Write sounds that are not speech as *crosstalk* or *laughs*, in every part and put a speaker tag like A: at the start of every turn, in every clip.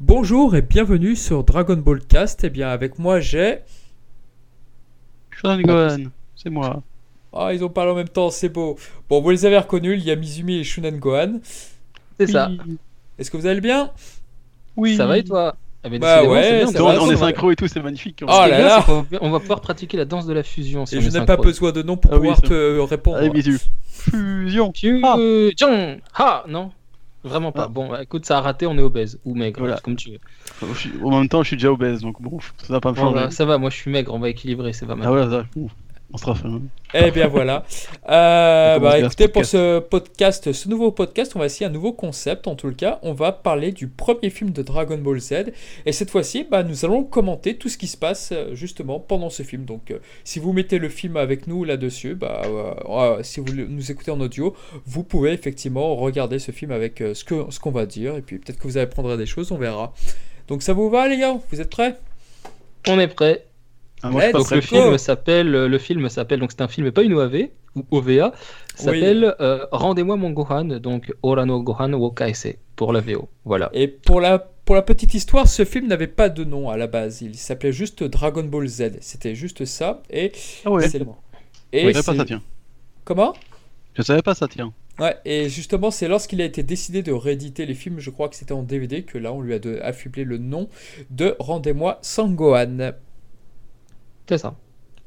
A: Bonjour et bienvenue sur Dragon Ball Cast. Et bien, avec moi, j'ai.
B: Shonen c'est moi.
A: Ah, ils ont parlé en même temps, c'est beau. Bon, vous les avez reconnus, il y a Mizumi et Shunan Gohan.
C: C'est ça.
B: Oui.
A: Est-ce que vous allez bien
B: Oui.
C: Ça va et toi Ah ben,
A: Bah
C: décidément,
A: ouais,
C: c'est bien,
A: ça
C: on
A: va,
C: va-
B: on
A: ça
B: est
A: va.
B: synchro et tout, c'est magnifique.
A: Ah,
C: Ce qui est
A: là
C: bien,
A: là.
C: c'est qu'on va pouvoir- On va pouvoir pratiquer la danse de la fusion. Si
A: Et
C: on
A: je
C: est
A: n'ai pas
C: synchrone.
A: besoin de nom pour
B: Ah oui, Ah
A: pouvoir
B: ça-
A: te euh, répondre.
B: Allez, bisous. Fusion. Ah.
C: Fusion Ah non Vraiment pas.
B: Ah.
C: Bon, bah, écoute, ça a raté, on est obèse. Ou maigre,
B: Voilà.
C: comme tu veux.
B: Je suis- En même temps, je suis déjà obèse, donc bon, ça va pas me changer.
C: Voilà, bah, ça va, moi je suis maigre, on va équilibrer, c'est pas
B: Ah
C: mal.
B: voilà, ça va. Ouh, on hein. sera fin.
A: Eh bien voilà. Euh,
B: On commence
A: bah,
B: bien ce
A: écoutez, pour
B: podcast.
A: ce podcast, ce nouveau podcast, on va essayer un nouveau concept. En tout le cas, on va parler du premier film de Dragon Ball Z. Et cette fois-ci, bah, nous allons commenter tout ce qui se passe euh, justement pendant ce film. Donc, euh, si vous mettez le film avec nous là-dessus, bah, euh, euh, si vous le- nous écoutez en audio, vous pouvez effectivement regarder ce film avec euh, ce que ce qu'on va dire. Et puis peut-être que vous allez apprendre des choses, on verra. Donc ça vous va les gars Vous êtes prêts
C: On est prêt.
B: Ah, moi, je
A: Let's
B: suis pas
C: Donc le
B: prêt.
A: go.
C: film s'appelle, euh, le film s'appelle, donc c'est un film, pas une OAV ou OVA, s'appelle euh, Rendez-moi mon Gohan, donc Orano Gohan wo Kaise pour la VO. Voilà.
A: Et pour la, pour la petite histoire, ce film n'avait pas de nom à la base. Il s'appelait juste Dragon Ball Z. C'était juste ça. Et
B: Ah ouais.
A: c'est
B: Je
A: le- Et
B: savais pas
A: c'est-
B: ça, tiens.
A: Comment
B: Je savais pas ça, tiens.
A: Ouais, et justement, c'est lorsqu'il a été décidé de rééditer les films, je crois que c'était en DVD, que là, on lui a de- affublé le nom de Rendez-moi Sangohan.
C: C'est ça.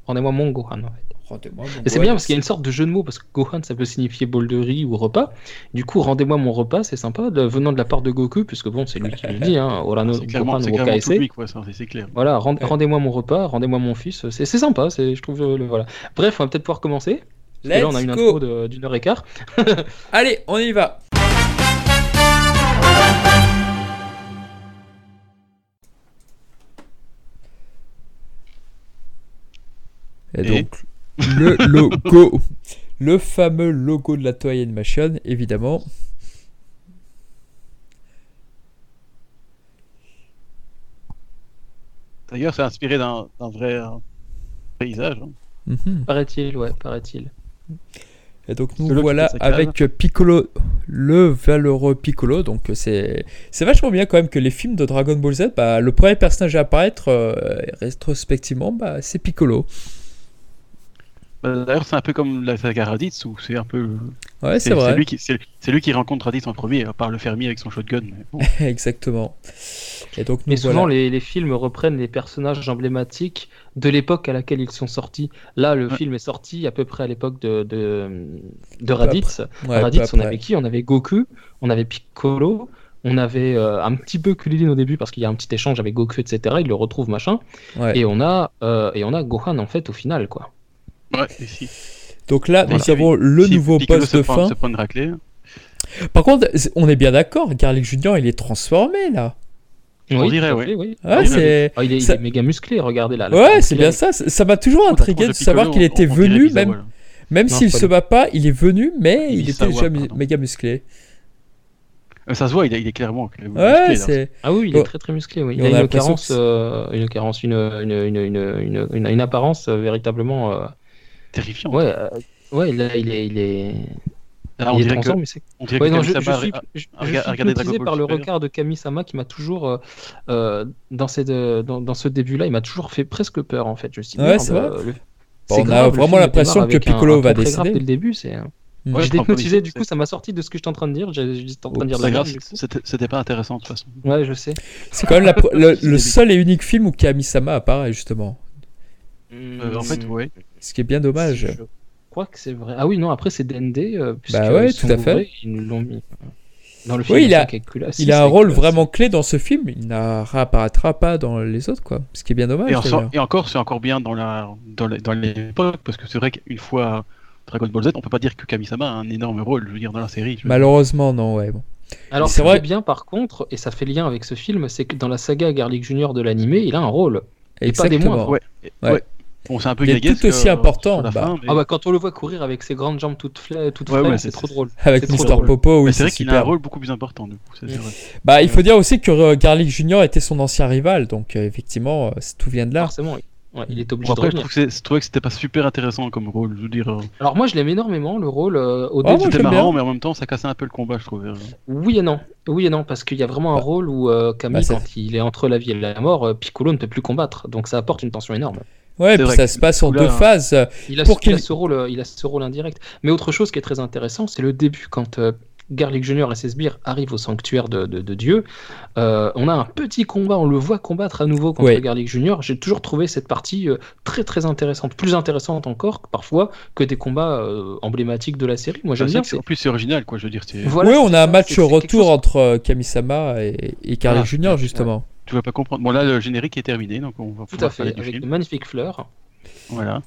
C: Rendez-moi mon Gohan, en fait.
A: Rendez-moi mon
C: Et c'est
A: Gohan.
C: bien parce qu'il y a une sorte de jeu de mots, parce que Gohan ça peut signifier bol de riz ou repas. Du coup, rendez-moi mon repas, c'est sympa, de- venant de la part de Goku, puisque bon, c'est lui qui le dit, hein, Orano
B: Ah, C'est clairement,
C: Gohan
B: c'est
C: ou
B: clairement tout
C: KSC.
B: mic, ouais, ça, c'est- c'est clair.
C: Voilà, rend-
A: Ouais.
C: rendez-moi mon repas, rendez-moi mon fils, c'est c'est sympa, c'est- je trouve. euh, le- voilà. Bref, on va peut-être pouvoir commencer. Et
A: Let's
C: là, on a une
A: go
C: intro de- d'une heure et quart.
A: Allez, on y va Et
B: Et
A: donc, le logo. Le fameux logo de la Toei Animation, évidemment.
B: D'ailleurs, c'est inspiré d'un d'un vrai euh, paysage. hein.
A: Mhm.
C: Paraît-il, ouais, paraît-il.
A: Et donc nous
B: Piccolo qui
A: voilà
B: fait sa cave.
A: avec Piccolo, le valeureux Piccolo. Donc euh, c'est c'est vachement bien quand même que les films de Dragon Ball Z, bah, le premier personnage à apparaître euh, rétrospectivement, bah, c'est Piccolo.
B: Bah, D'ailleurs, c'est un peu comme la saga Raditz, où c'est un peu. euh,
A: Ouais, c'est
B: C'est
A: vrai.
B: c'est lui, qui- c'est- c'est lui qui rencontre Raditz en premier, à part le fermier avec son shotgun. mais bon.
A: *laughs* Exactement. Et donc nous
C: Mais souvent,
A: voilà.
C: les, les films reprennent les personnages emblématiques de l'époque à laquelle ils sont sortis. Là, le
B: Ouais.
C: film est sorti à peu près à l'époque de, de, de Raditz.
A: Ouais,
C: Raditz,
A: peu
C: on
A: après.
C: avait qui On avait Goku, on avait Piccolo, on avait euh, un petit peu Kulilin au début parce qu'il y a un petit échange avec Goku, etc. Il le retrouve, machin.
A: Ouais.
C: Et, on a, euh, et on a Gohan en fait au final, quoi.
B: Ouais, et si.
A: Donc là,
B: Voilà.
A: nous avons le
B: si
A: nouveau
B: Piccolo
A: boss
B: se
A: de
B: prend-
A: fin.
B: Se prend une raclée.
A: Par contre, c'est- on est bien d'accord, Garlic Junior, il est transformé là.
B: On dirait,
C: tout à
B: oui.
C: fait, oui.
A: Ouais,
B: Ah,
C: oui,
A: c'est
C: Ah, il, est, il
A: Ça-
C: est méga musclé, regardez là.
A: ouais, c'est
C: Il
A: bien
C: est-
A: ça. Ça ça m'a toujours intrigué de savoir qu'il était venu, même même
C: Non,
A: s'il
C: pas
A: se
C: lui.
A: bat pas, il est venu, mais il était
B: Misawa,
A: déjà mu-
B: pardon.
A: méga musclé.
B: Ça se voit, il est, il est clairement.
A: Ouais, c'est.
C: Ah oui, il
A: Oh.
C: est très très musclé, oui.
A: Et
C: Il a
A: on a
C: une
A: l'impression
C: carence,
A: que c'est-
C: euh, une carence, une, une, une, une, une, une- une apparence euh, véritablement. euh,
B: terrifiant.
C: Ouais, euh, ouais, là, il est. Il est...
B: Là, Ah, on
C: il est
B: dirait que-
C: transformé, c'est
B: On dirait
C: Ouais,
B: que
C: non, je,
B: Kamisama
C: je suis,
B: a-
C: je-
B: a-
C: je
B: rega-
C: suis
B: a regardé Dragon
C: hypnotisé
B: Ball
C: par le
B: Super.
C: regard de Kami-sama qui m'a toujours, euh, euh, dans, cette, euh, dans, dans ce début-là, il m'a toujours fait presque peur en fait. Je me suis dit,
A: Ouais,
C: merde,
A: c'est vrai.
C: euh, le-
A: Bon,
C: c'est
A: on a
C: grave, le
A: vraiment
C: film
A: l'impression
C: démarre
A: que
C: avec un-
A: Piccolo
C: un
A: va
C: ton très grave
A: décéder.
C: Dès le débé, c'est. euh,
A: Ouais,
B: je
C: J'étais
B: prends pas
C: hypnotisé,
B: les-
C: du
B: c'est-
C: coup, ça m'a sorti de ce que j'étais en train de dire. J'ai- J'étais en train de dire de
B: C'est
C: la
B: grave,
C: merde, du coup.
B: c'était c'était pas intéressant de toute façon.
C: Ouais, je sais.
A: C'est quand même la pr- le, le seul et unique film où Kamisama apparaît, justement.
B: Euh, en fait, ouais.
A: Ce qui est bien dommage. Bah
C: Je crois que c'est vrai. Ah oui, non, après c'est DND. euh, puisque
A: ouais,
C: ils sont
A: tout à fait.
C: bourrés, Ils nous l'ont mis. Dans le film,
A: Oui, il
C: c'est
A: a-
C: avec Kula-
A: Il
C: si,
A: a un
C: c'est
A: rôle
C: Kula, c'est-
A: vraiment clé dans ce film, il ne réapparaîtra pas dans les autres, quoi. Ce qui est bien dommage.
B: Et, en-
A: d'ailleurs.
B: et encore, c'est encore bien dans la dans la- dans l'époque parce que c'est vrai qu'une fois Dragon Ball Z, on peut pas dire que Kamisama a un énorme rôle, je veux dire dans la série. je veux dire.
A: Malheureusement, non, ouais. Bon.
C: Alors,
A: Mais
C: c'est
A: c'est vrai-
C: vrai. bien, par contre, et ça fait lien avec ce film, c'est que dans la saga Garlic Junior de l'animé, il a un rôle. Et pas des moindres.
A: Exactement.
B: Ouais.
A: Ouais.
B: ouais. Bon, c'est un peu
A: Il est
B: gaguesque,
A: tout aussi
B: euh,
A: important,
B: sur la
A: bah.
B: fin, mais-
C: Ah bah, quand on le voit courir avec ses grandes jambes toutes, fla... toutes
B: Ouais,
C: frêles,
B: ouais,
C: c'est
B: c'est-
C: trop drôle.
A: Avec
C: C'est trop
A: Mister
C: drôle.
A: Popo,
B: mais
A: oui,
B: c'est
A: c'est
B: vrai qu'il a un
A: super.
B: rôle beaucoup plus important du coup. c'est- c'est vrai.
A: Bah, il faut dire aussi que euh, Garlic Junior était son ancien rival, donc euh, effectivement, euh, c'est- tout vient de là.
C: Forcément. Ouais, il est obligé
B: Bon, après,
C: de
B: je
C: revenir.
B: trouve, que c'est- je trouvais que c'était pas super intéressant comme rôle. Je veux dire, euh,
C: Alors moi, je l'aime énormément, le rôle euh, au
A: Ah,
C: début.
A: moi,
B: c'était
A: j'aime
B: marrant,
A: bien.
B: mais en même temps, ça cassait un peu le combat, je trouvais.
C: Oui et non. Oui et non, parce qu'il y a vraiment un
A: Bah.
C: rôle où euh, Camille,
A: Bah, ça-
C: quand il est entre la vie et la mort, euh, Piccolo ne peut plus combattre. Donc ça apporte une tension énorme.
A: Ouais,
B: Ah, C'est
A: puis
B: vrai
A: ça
B: que
A: se passe en
B: là,
A: deux
B: hein.
A: phases.
C: Il a,
A: Pour
C: il a
A: qu'il-
C: ce rôle, euh, il a ce rôle indirect. Mais autre chose qui est très intéressant, c'est le début quand euh, Garlic Junior et ses sbires arrivent au sanctuaire de, de- de Dieu. euh, on a un petit combat, on le voit combattre à nouveau contre
A: Ouais.
C: Garlic Junior. J'ai toujours trouvé cette partie euh, très très intéressante, plus intéressante encore parfois que des combats euh, emblématiques de la série. Moi j'aime
B: Je sais
C: bien.
B: que Ah, c'est- En plus, c'est original, quoi. Je veux dire, c'est-
C: Voilà,
A: ouais, on
C: c'est
A: a un
C: ça, c'est-
A: match
C: c'est quelque
A: retour
C: chose-
A: entre euh, Kamisama et, et Carly
B: Ah,
A: Junior,
B: ouais.
A: justement.
B: tu vas pas comprendre. Bon, là, le générique est terminé, donc on va
C: Tout à
B: pouvoir parler
C: fait,
B: du
C: avec de
B: film.
C: magnifiques fleurs.
B: Voilà.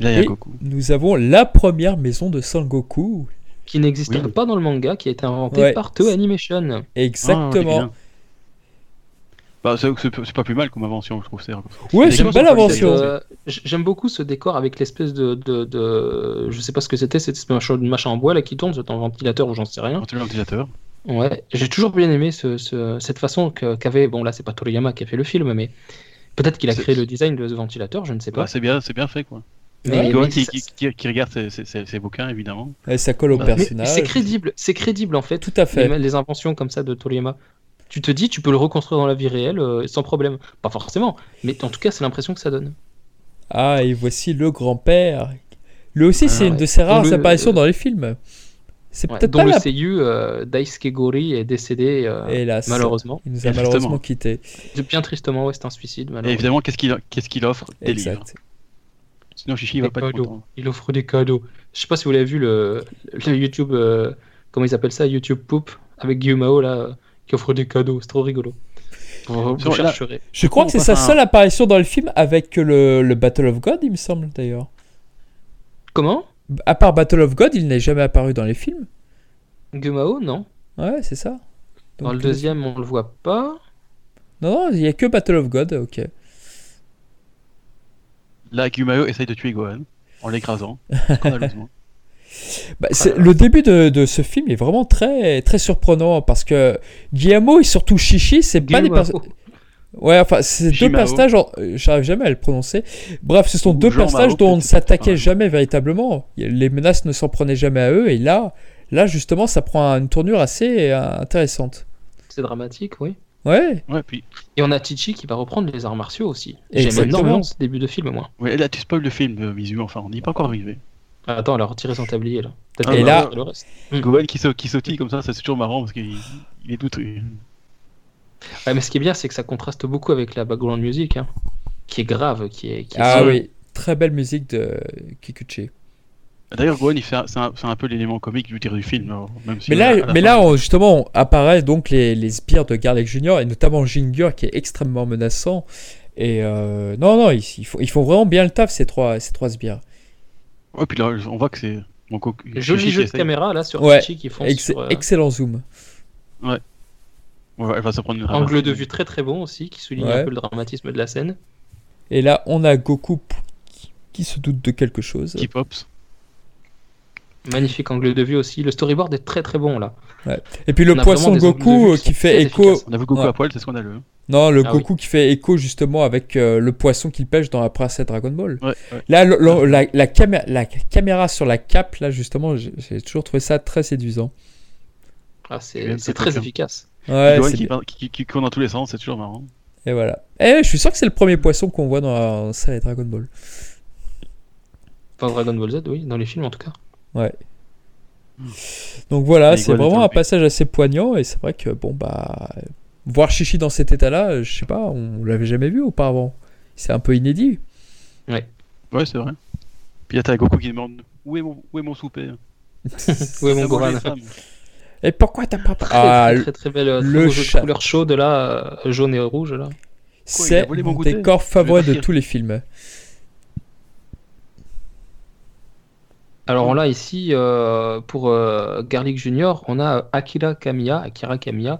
B: Là, il y a
A: Et-
B: Goku. Ah,
A: Nous avons la première maison de Sangoku.
C: qui n'existe
B: Oui.
C: pas dans le manga, qui a été inventé
A: Ouais.
C: par Toei Animation.
A: Exactement.
B: Ah, Bah, c'est c'est- c'est pas plus mal comme invention, je trouve. C'est
A: ouais,
B: Les
A: c'est une
B: gens
A: belle
B: sont pas
A: invention.
B: habitués.
C: Euh, j- J'aime beaucoup ce décor avec l'espèce de, de, de- je sais pas ce que c'était, cette espèce de machin- de machin en bois là qui tourne, c'est un ventilateur ou j'en sais rien.
B: un ventilateur.
C: Ouais, j'ai toujours bien aimé ce- ce- cette façon que- qu'avait, bon là c'est pas Toriyama qui a fait le film, mais peut-être qu'il a
B: C'est-
C: créé le design de ce ventilateur, je ne sais pas.
B: Bah, c'est bien, c'est bien fait, quoi.
A: Ouais.
C: mais,
B: Gohan
C: mais
B: qui,
C: ça-
B: qui, qui- qui regarde ses, ses- ses- ses bouquins, évidemment.
A: Et ça colle au
B: Mais-
C: mais- mais
A: personnage.
C: c'est crédible, c'est crédible en fait.
A: Tout à fait.
C: Les, les inventions comme ça de Toriyama. Tu te dis, tu peux le reconstruire dans la vie réelle euh, sans problème. Pas forcément, mais en tout cas, c'est l'impression que ça donne.
A: Ah, et voici le grand-père. Lui aussi,
B: Ah,
A: c'est une
C: ouais.
A: de ses rares
C: le- euh,
A: apparitions dans les films. C'est
C: Ouais,
A: peut-être
C: dont
A: pas
C: le
A: la...
C: seiyuu euh, Daisuke Gori est décédé euh,
A: Hélas,
C: malheureusement.
A: il nous a
B: Justement.
A: malheureusement quitté.
C: De- Bien tristement, ouais, c'est un suicide
B: Et
C: malheureusement.
B: évidemment, qu'est-ce qu'il qu'est-ce qu'il offre Des livres.
A: Exact.
B: Sinon, Chichi, il va
C: Des
B: pas être
C: cadeaux.
B: content.
C: Il offre des cadeaux. Je sais pas si vous l'avez vu le, le *laughs* YouTube, euh, comment ils appellent ça, YouTube Poop avec Guillaume Ao là, euh, qui offre des cadeaux. C'est trop rigolo. Vous, vous
B: Sur- là-
C: chercherez.
A: Je crois
B: on
A: que c'est
B: passe
A: sa
B: à un-
A: seule apparition dans le film avec le, le Battle of God, il me semble d'ailleurs.
C: Comment
A: À part Battle of God, il n'est jamais apparu dans les films.
C: Guillaume Ao, non.
A: Ouais, c'est ça.
C: Dans le
A: Donc,
C: deuxième, on le voit pas.
A: Non, non, il n'y a que Battle of God, ok.
B: Là, Gumao essaye de tuer Gohan en
C: *laughs*
B: l'écrasant, scandaleusement.
C: Ah,
A: Bah, c'est- le début de, de ce film est vraiment très, très surprenant parce que Guillermo et surtout Chichi, c'est pas des
C: Guillaume oh,
A: personnes.
C: Ao.
A: Ouais, enfin, c'est deux
B: Jimao.
A: personnages, en- euh, j'arrive jamais à le prononcer. Bref, ce sont
B: Ou
A: deux
B: Jean
A: personnages
B: Mao,
A: dont on ne
B: peut-être, c'est
A: s'attaquait
B: pareil.
A: jamais véritablement. Y- Les menaces ne s'en prenaient jamais à eux, et là, là justement, ça prend une tournure assez euh, intéressante.
C: C'est dramatique, oui.
A: Ouais,
B: Ouais, puis
C: Et on a Chichi qui va reprendre les arts martiaux aussi. J'aime
A: Exactement.
C: énormément ce début de film, moi.
B: ouais, là, tu spoil le film, euh, Mizu, enfin, on n'y est pas encore arrivé.
C: Attends, elle a retiré son tablier là. Peut-être
B: Ah,
C: qu'on
A: et
C: va
A: là-
C: voir le reste.
B: Gohan qui, sau- qui sautille comme ça, ça, c'est toujours marrant parce qu'il il est tout. il-
C: Ouais, mais ce qui est bien, c'est que ça contraste beaucoup avec la background music, hein, qui est grave, qui est. qui est
A: ah
C: sombre.
A: oui, très belle musique de Kikuchi.
B: D'ailleurs, Gohan, il fait un- c'est un, c'est un peu l'élément comique, je veux dire, du film. alors, même si euh,
A: Mais
B: à
A: là,
B: la fin,
A: mais là on- justement, on apparaît donc les, les sbires de Garlic Junior et notamment Ginger qui est extrêmement menaçant. Et euh, non, non, ils, ils font, ils font vraiment bien le taf, ces trois, ces trois sbires.
B: Ouais, puis là, on voit que c'est. Mon coq- Chichi
C: Joli
B: qui
C: jeu de
B: essaye.
C: caméra là sur
A: Ouais,
C: Chichi qui font
A: Ex-
C: sur, euh,
A: Excellent zoom.
B: Ouais, elle va se prendre une
C: angle
B: ramasse.
C: de vue très très bon aussi, qui souligne
A: Ouais.
C: un peu le dramatisme de la scène.
A: Et là, on a Goku p- qui- qui se doute de quelque chose.
B: Qui pops.
C: Magnifique angle de vue aussi. Le storyboard est très très bon là.
A: Et puis le
C: On a
A: poisson
C: vraiment des angles de
A: Goku
C: vue
A: euh,
C: qui
A: qui
C: sont
A: fait
C: très
A: écho.
C: efficaces.
B: On a vu Goku
A: Ouais.
B: à poil, c'est scandaleux.
A: Non, le
C: Ah
A: Goku qui fait écho justement avec euh, le poisson qu'il pêche dans la princesse Dragon Ball.
B: Ouais, ouais.
A: Là, le-
C: Ah.
A: le- la, la camé- la caméra sur la cape, là justement, j'ai j'ai toujours trouvé ça très séduisant.
C: Ah,
B: J'aime
C: c'est
B: cette
C: c'est très
B: région.
C: efficace.
A: Ouais,
B: Gohan
A: c'est
B: qui,
A: bien.
B: parle- qui, qui- qui court dans tous les sens, c'est toujours marrant.
A: Et voilà. Et je suis sûr que c'est le premier poisson qu'on voit dans la série Dragon Ball.
C: Enfin, Dragon Ball Z, oui, dans les films en tout cas.
A: Donc voilà,
B: Mais
A: c'est
B: Gohan est
A: vraiment un
B: tombé.
A: passage assez poignant et c'est vrai que bon bah euh, voir Chichi dans cet état-là, euh, je sais pas, on l'avait jamais vu auparavant. C'est un peu inédit.
B: Ouais, c'est vrai. Puis là, t'as Goku qui demande Où est mon, où est mon souper
A: *laughs*
C: Où est mon
B: Ça mange
C: Gohan
B: les femmes.
A: Et pourquoi t'as pas
C: Très,
A: Ah,
C: très, très très belle euh, très
A: le
C: beau jeu de
A: chat.
C: couleur chaude là, euh, jaune et rouge là.
A: c'est
B: volé mon
A: mon
B: goûter.
A: décor favori de
B: partir.
A: tous les films.
C: Alors on l'a ici euh, pour euh, Garlic Junior, on a Akira Kamiya, Akira Kamiya,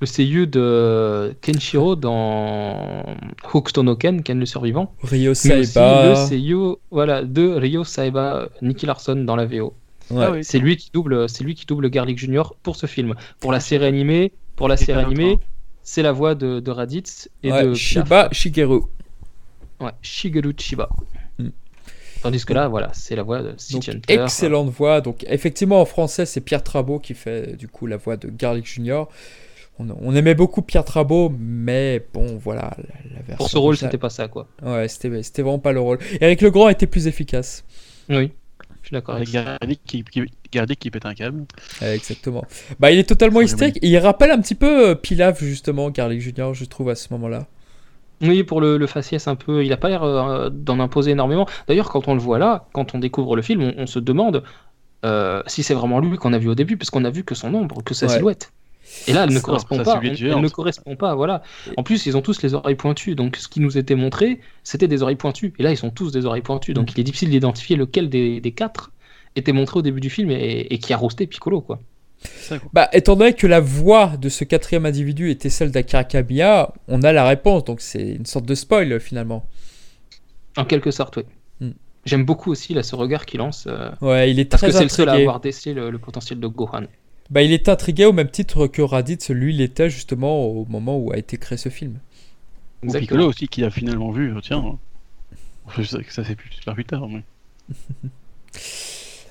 C: le seiyuu de Kenshiro dans Hokuto no Ken, Ken le survivant,
A: Rio
C: mais aussi le
A: Saiba.
C: seiyuu voilà de Ryo Saiba, euh, Nicky Larson dans la VO.
A: Ouais.
B: Ah oui.
C: C'est lui qui double, euh, c'est lui qui double Garlic Junior pour ce film, pour la série animée, pour la
B: Et
C: série
B: t'as l'autre,
C: animée,
B: hein.
C: c'est la voix de, de Raditz et
A: Ouais,
C: de Pilaf.
A: Shiba Shigeru.
C: Ouais, Shigeru Chiba.
A: Hmm.
C: Tandis que là, voilà, c'est la voix de City
A: Donc,
C: Hunter.
A: excellente voix. Donc, effectivement, en français, c'est Pierre Trabot qui fait du coup la voix de Garlic Junior. On, on aimait beaucoup Pierre Trabot, mais bon, voilà, la, la version.
C: Pour ce rôle,
A: originale-
C: c'était pas ça, quoi.
A: Ouais, c'était c'était vraiment pas le rôle. Eric Legrand était plus efficace.
C: Oui, je suis d'accord avec
B: Avec
C: ça.
B: Gardic qui, qui, Gardic qui pète un câble.
A: Ouais, exactement. Bah, il est totalement
B: Oui,
A: hystérique. Et il rappelle un petit peu euh, Pilaf, justement, Garlic Junior, je trouve, à ce moment-là.
C: Oui, pour le, le faciès un peu, il a pas l'air euh, d'en imposer énormément. D'ailleurs, quand on le voit là, quand on découvre le film, on, on se demande euh, si c'est vraiment lui qu'on a vu au début, parce qu'on a vu que son ombre, que sa
A: Ouais.
C: silhouette. Et là, elle ne
B: Ça,
C: correspond
B: ça,
C: pas.
B: celui
C: on-
B: de
C: elle
B: géante.
C: ne correspond pas, voilà. En plus, ils ont tous les oreilles pointues, donc ce qui nous était montré, c'était des oreilles pointues. Et là, ils sont tous des oreilles pointues, donc
A: Mm.
C: il est difficile d'identifier lequel des, des quatre était montré au début du film et, et qui a roasté Piccolo, quoi.
B: C'est ça, quoi.
A: Bah, étant donné que la voix de ce quatrième individu était celle d'Akira Kamiya, on a la réponse. Donc, c'est une sorte de spoil, euh, finalement.
C: En quelque sorte, oui.
A: Hmm.
C: J'aime beaucoup aussi là ce regard qu'il lance. euh,
A: Ouais, il est
C: Parce
A: très
C: que c'est le seul à
A: intrigué.
C: avoir décelé le, le potentiel de Gohan.
A: Bah, il est intrigué au même titre que Raditz, lui, il était justement au moment où a été créé ce film.
B: Ou Piccolo aussi qui a finalement vu, euh, tiens. Je sais que ça c'est plus, super plus tard. Mais...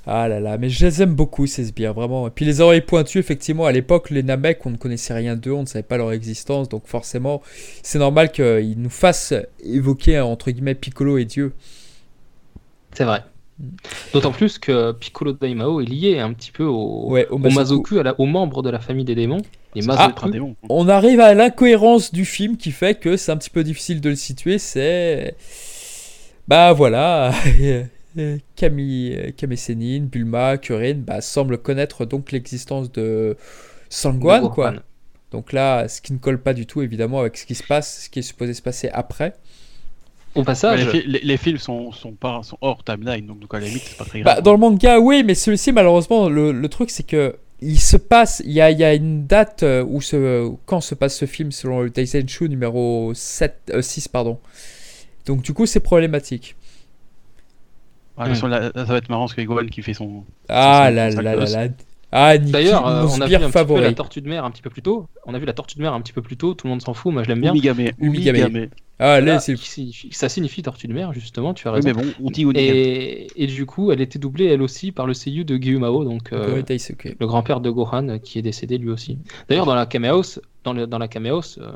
A: Ah là là, mais je les aime beaucoup ces sbires, vraiment. Et puis les oreilles pointues, effectivement, à l'époque, les Namek, on ne connaissait rien d'eux, on ne savait pas leur existence, donc forcément, c'est normal qu'ils nous fassent évoquer, entre guillemets, Piccolo et Dieu.
C: C'est vrai.
A: Mm.
C: D'autant plus que Piccolo Daimao est lié un petit peu au,
A: Ouais, au
C: au
A: Mazoku.
C: Mazoku, à la- aux membres de la famille des démons, les
A: Ah,
B: Un
C: Mazoku.
B: démon. hein.
A: On arrive à l'incohérence du film qui fait que c'est un petit peu difficile de le situer, c'est... Bah voilà, *laughs* Camille, Camille Sénine, Bulma, Kurin, bah, semblent connaître donc l'existence de Sangwan, quoi.
C: Gohan.
A: Donc là, ce qui ne colle pas du tout, évidemment, avec ce qui se passe, ce qui est supposé se passer après.
C: Au
B: Mais
C: passage,
B: les, fi- les- les films sont, sont, pas, sont hors timeline, donc, donc à la limite c'est pas très grave.
A: Bah, dans le manga, oui, mais celui-ci, malheureusement, le, le truc, c'est que il se passe, il y a, il y a une date euh, où se, euh, quand se passe ce film, selon le Daisenshu numéro 7, euh, 6, pardon. Donc du coup, c'est problématique.
B: Ah, de toute façon, là, là, ça va être marrant parce que Gohan qui fait son.
A: Ah
B: c'est
A: là
B: ça,
A: là là
B: Klaus.
A: là. Ah, Niki,
C: d'ailleurs, euh,
A: mon
C: on a vu
A: sbire
C: un petit peu
A: favori.
C: la tortue de mer un petit peu plus tôt. On a vu la tortue de mer un petit peu plus tôt, tout le monde s'en fout, moi je l'aime bien.
B: Umigame.
A: Umigame.
B: Umigame.
A: Ah, là,
C: Voilà,
A: c'est-
C: qui signifie- ça signifie tortue de mer, justement, tu as
B: Oui,
C: raison.
B: mais bon, on dit Unigame.
C: et, et du coup, elle était doublée elle aussi par le seiyuu de Gyumao, donc euh,
A: Gory Daisuke.
C: le grand-père de Gohan euh, qui est décédé lui aussi. D'ailleurs, dans la Kamehameha, dans, le- dans la Kamehameha, euh,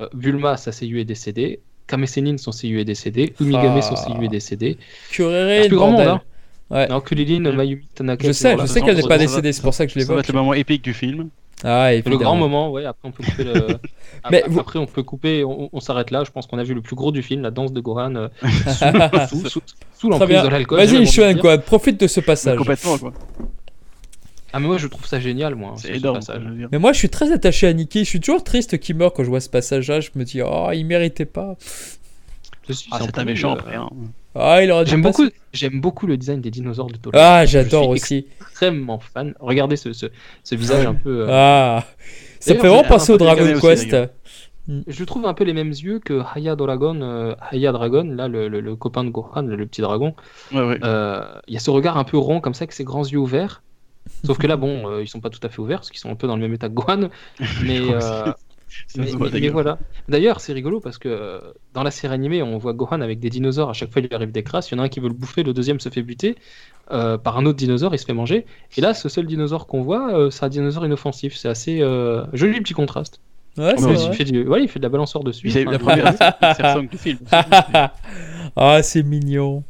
C: euh, Bulma, sa CU est décédée, Kame Sennin, son CU est décédé, Umigame, son
A: Ah.
C: CU est décédé.
A: Kurere,
C: C'est plus grand monde,
A: bordel.
C: hein.
A: Ouais.
C: Non, Kulilin, Mayumi, Tanaka.
A: Je
C: est
A: sais,
C: toujours
A: je
C: là.
A: sais
B: non,
A: qu'elle
B: ça
A: n'est
B: va-
A: pas
B: ça va-
A: décédée, c'est pour ça que je
B: Ça va
A: l'évoque.
B: être le moment épique du film.
A: Ah,
C: Le grand
A: évidemment.
C: moment, ouais, après on peut
A: *laughs*
C: couper le.
A: Mais
C: après,
A: vous-
C: après, on peut couper, on, on s'arrête là. Je pense qu'on a vu le plus gros du film, la danse de
A: *laughs*
C: Gohan, euh, sous, sous-
A: Très
C: sous l'emprise
A: bien.
C: de l'alcool. j'ai
A: Vas-y,
C: envie de
A: Shohan,
C: dire.
A: quoi, profite de ce
B: Mais
A: passage.
B: Complètement, quoi.
C: Ah, mais moi je trouve ça génial, moi. ce-
B: C'est
C: ce
B: énorme.
C: passage.
B: je veux dire.
A: Mais moi, je suis très attaché à Niki. Je suis toujours triste qu'il meure quand je vois ce passage-là. Je me dis, oh, il méritait pas.
C: Je suis
B: Ah, c'est un
C: sympa,
B: méchant
C: euh,
B: après. hein.
A: Ah, il aurait dû
C: J'aime
A: passer.
C: beaucoup, j'aime beaucoup le design des dinosaures de Toho.
A: Ah, j'adore
C: Je suis
A: aussi.
C: extrêmement fan. Regardez ce, ce, ce visage un peu. euh,
A: Ah, ça me
C: D'ailleurs,
A: fait
C: j'ai
A: vraiment
C: un
A: penser au
B: peu
A: Dragon
B: décalé aussi,
A: Quest.
B: d'ailleurs.
C: Je trouve un peu les mêmes yeux que Haya Dragon, euh, Haya Dragon, là le, le- le copain de Gohan, le, le petit dragon.
B: Ouais, ouais.
C: Euh, Il y a ce regard un peu rond comme ça, avec ses grands yeux ouverts. Sauf que là, bon, euh, ils sont pas tout à fait ouverts parce qu'ils sont un peu dans le même état
A: *laughs*
C: que Gohan.
B: *laughs*
C: Mais, euh,
B: Ça
C: *laughs* mais,
B: se voit,
C: mais-
B: ta
C: mais
B: gueule.
C: voilà. D'ailleurs, c'est rigolo parce que euh, dans la série animée, on voit Gohan avec des dinosaures. À chaque fois, il lui arrive des crasses. Il y en a un qui veut le bouffer, le deuxième se fait buter euh, par un autre dinosaure, il se fait manger. Et là, ce seul dinosaure qu'on voit, euh, c'est un dinosaure inoffensif. C'est assez euh, joli petit contraste.
A: Ouais,
B: mais
A: c'est
B: on
C: Il
A: vrai.
C: fait, du... ouais, il fait de la balançoire dessus.
B: Puis c'est
C: Enfin,
B: la
C: je-
B: première insertion du film.
A: *laughs* ah, c'est mignon.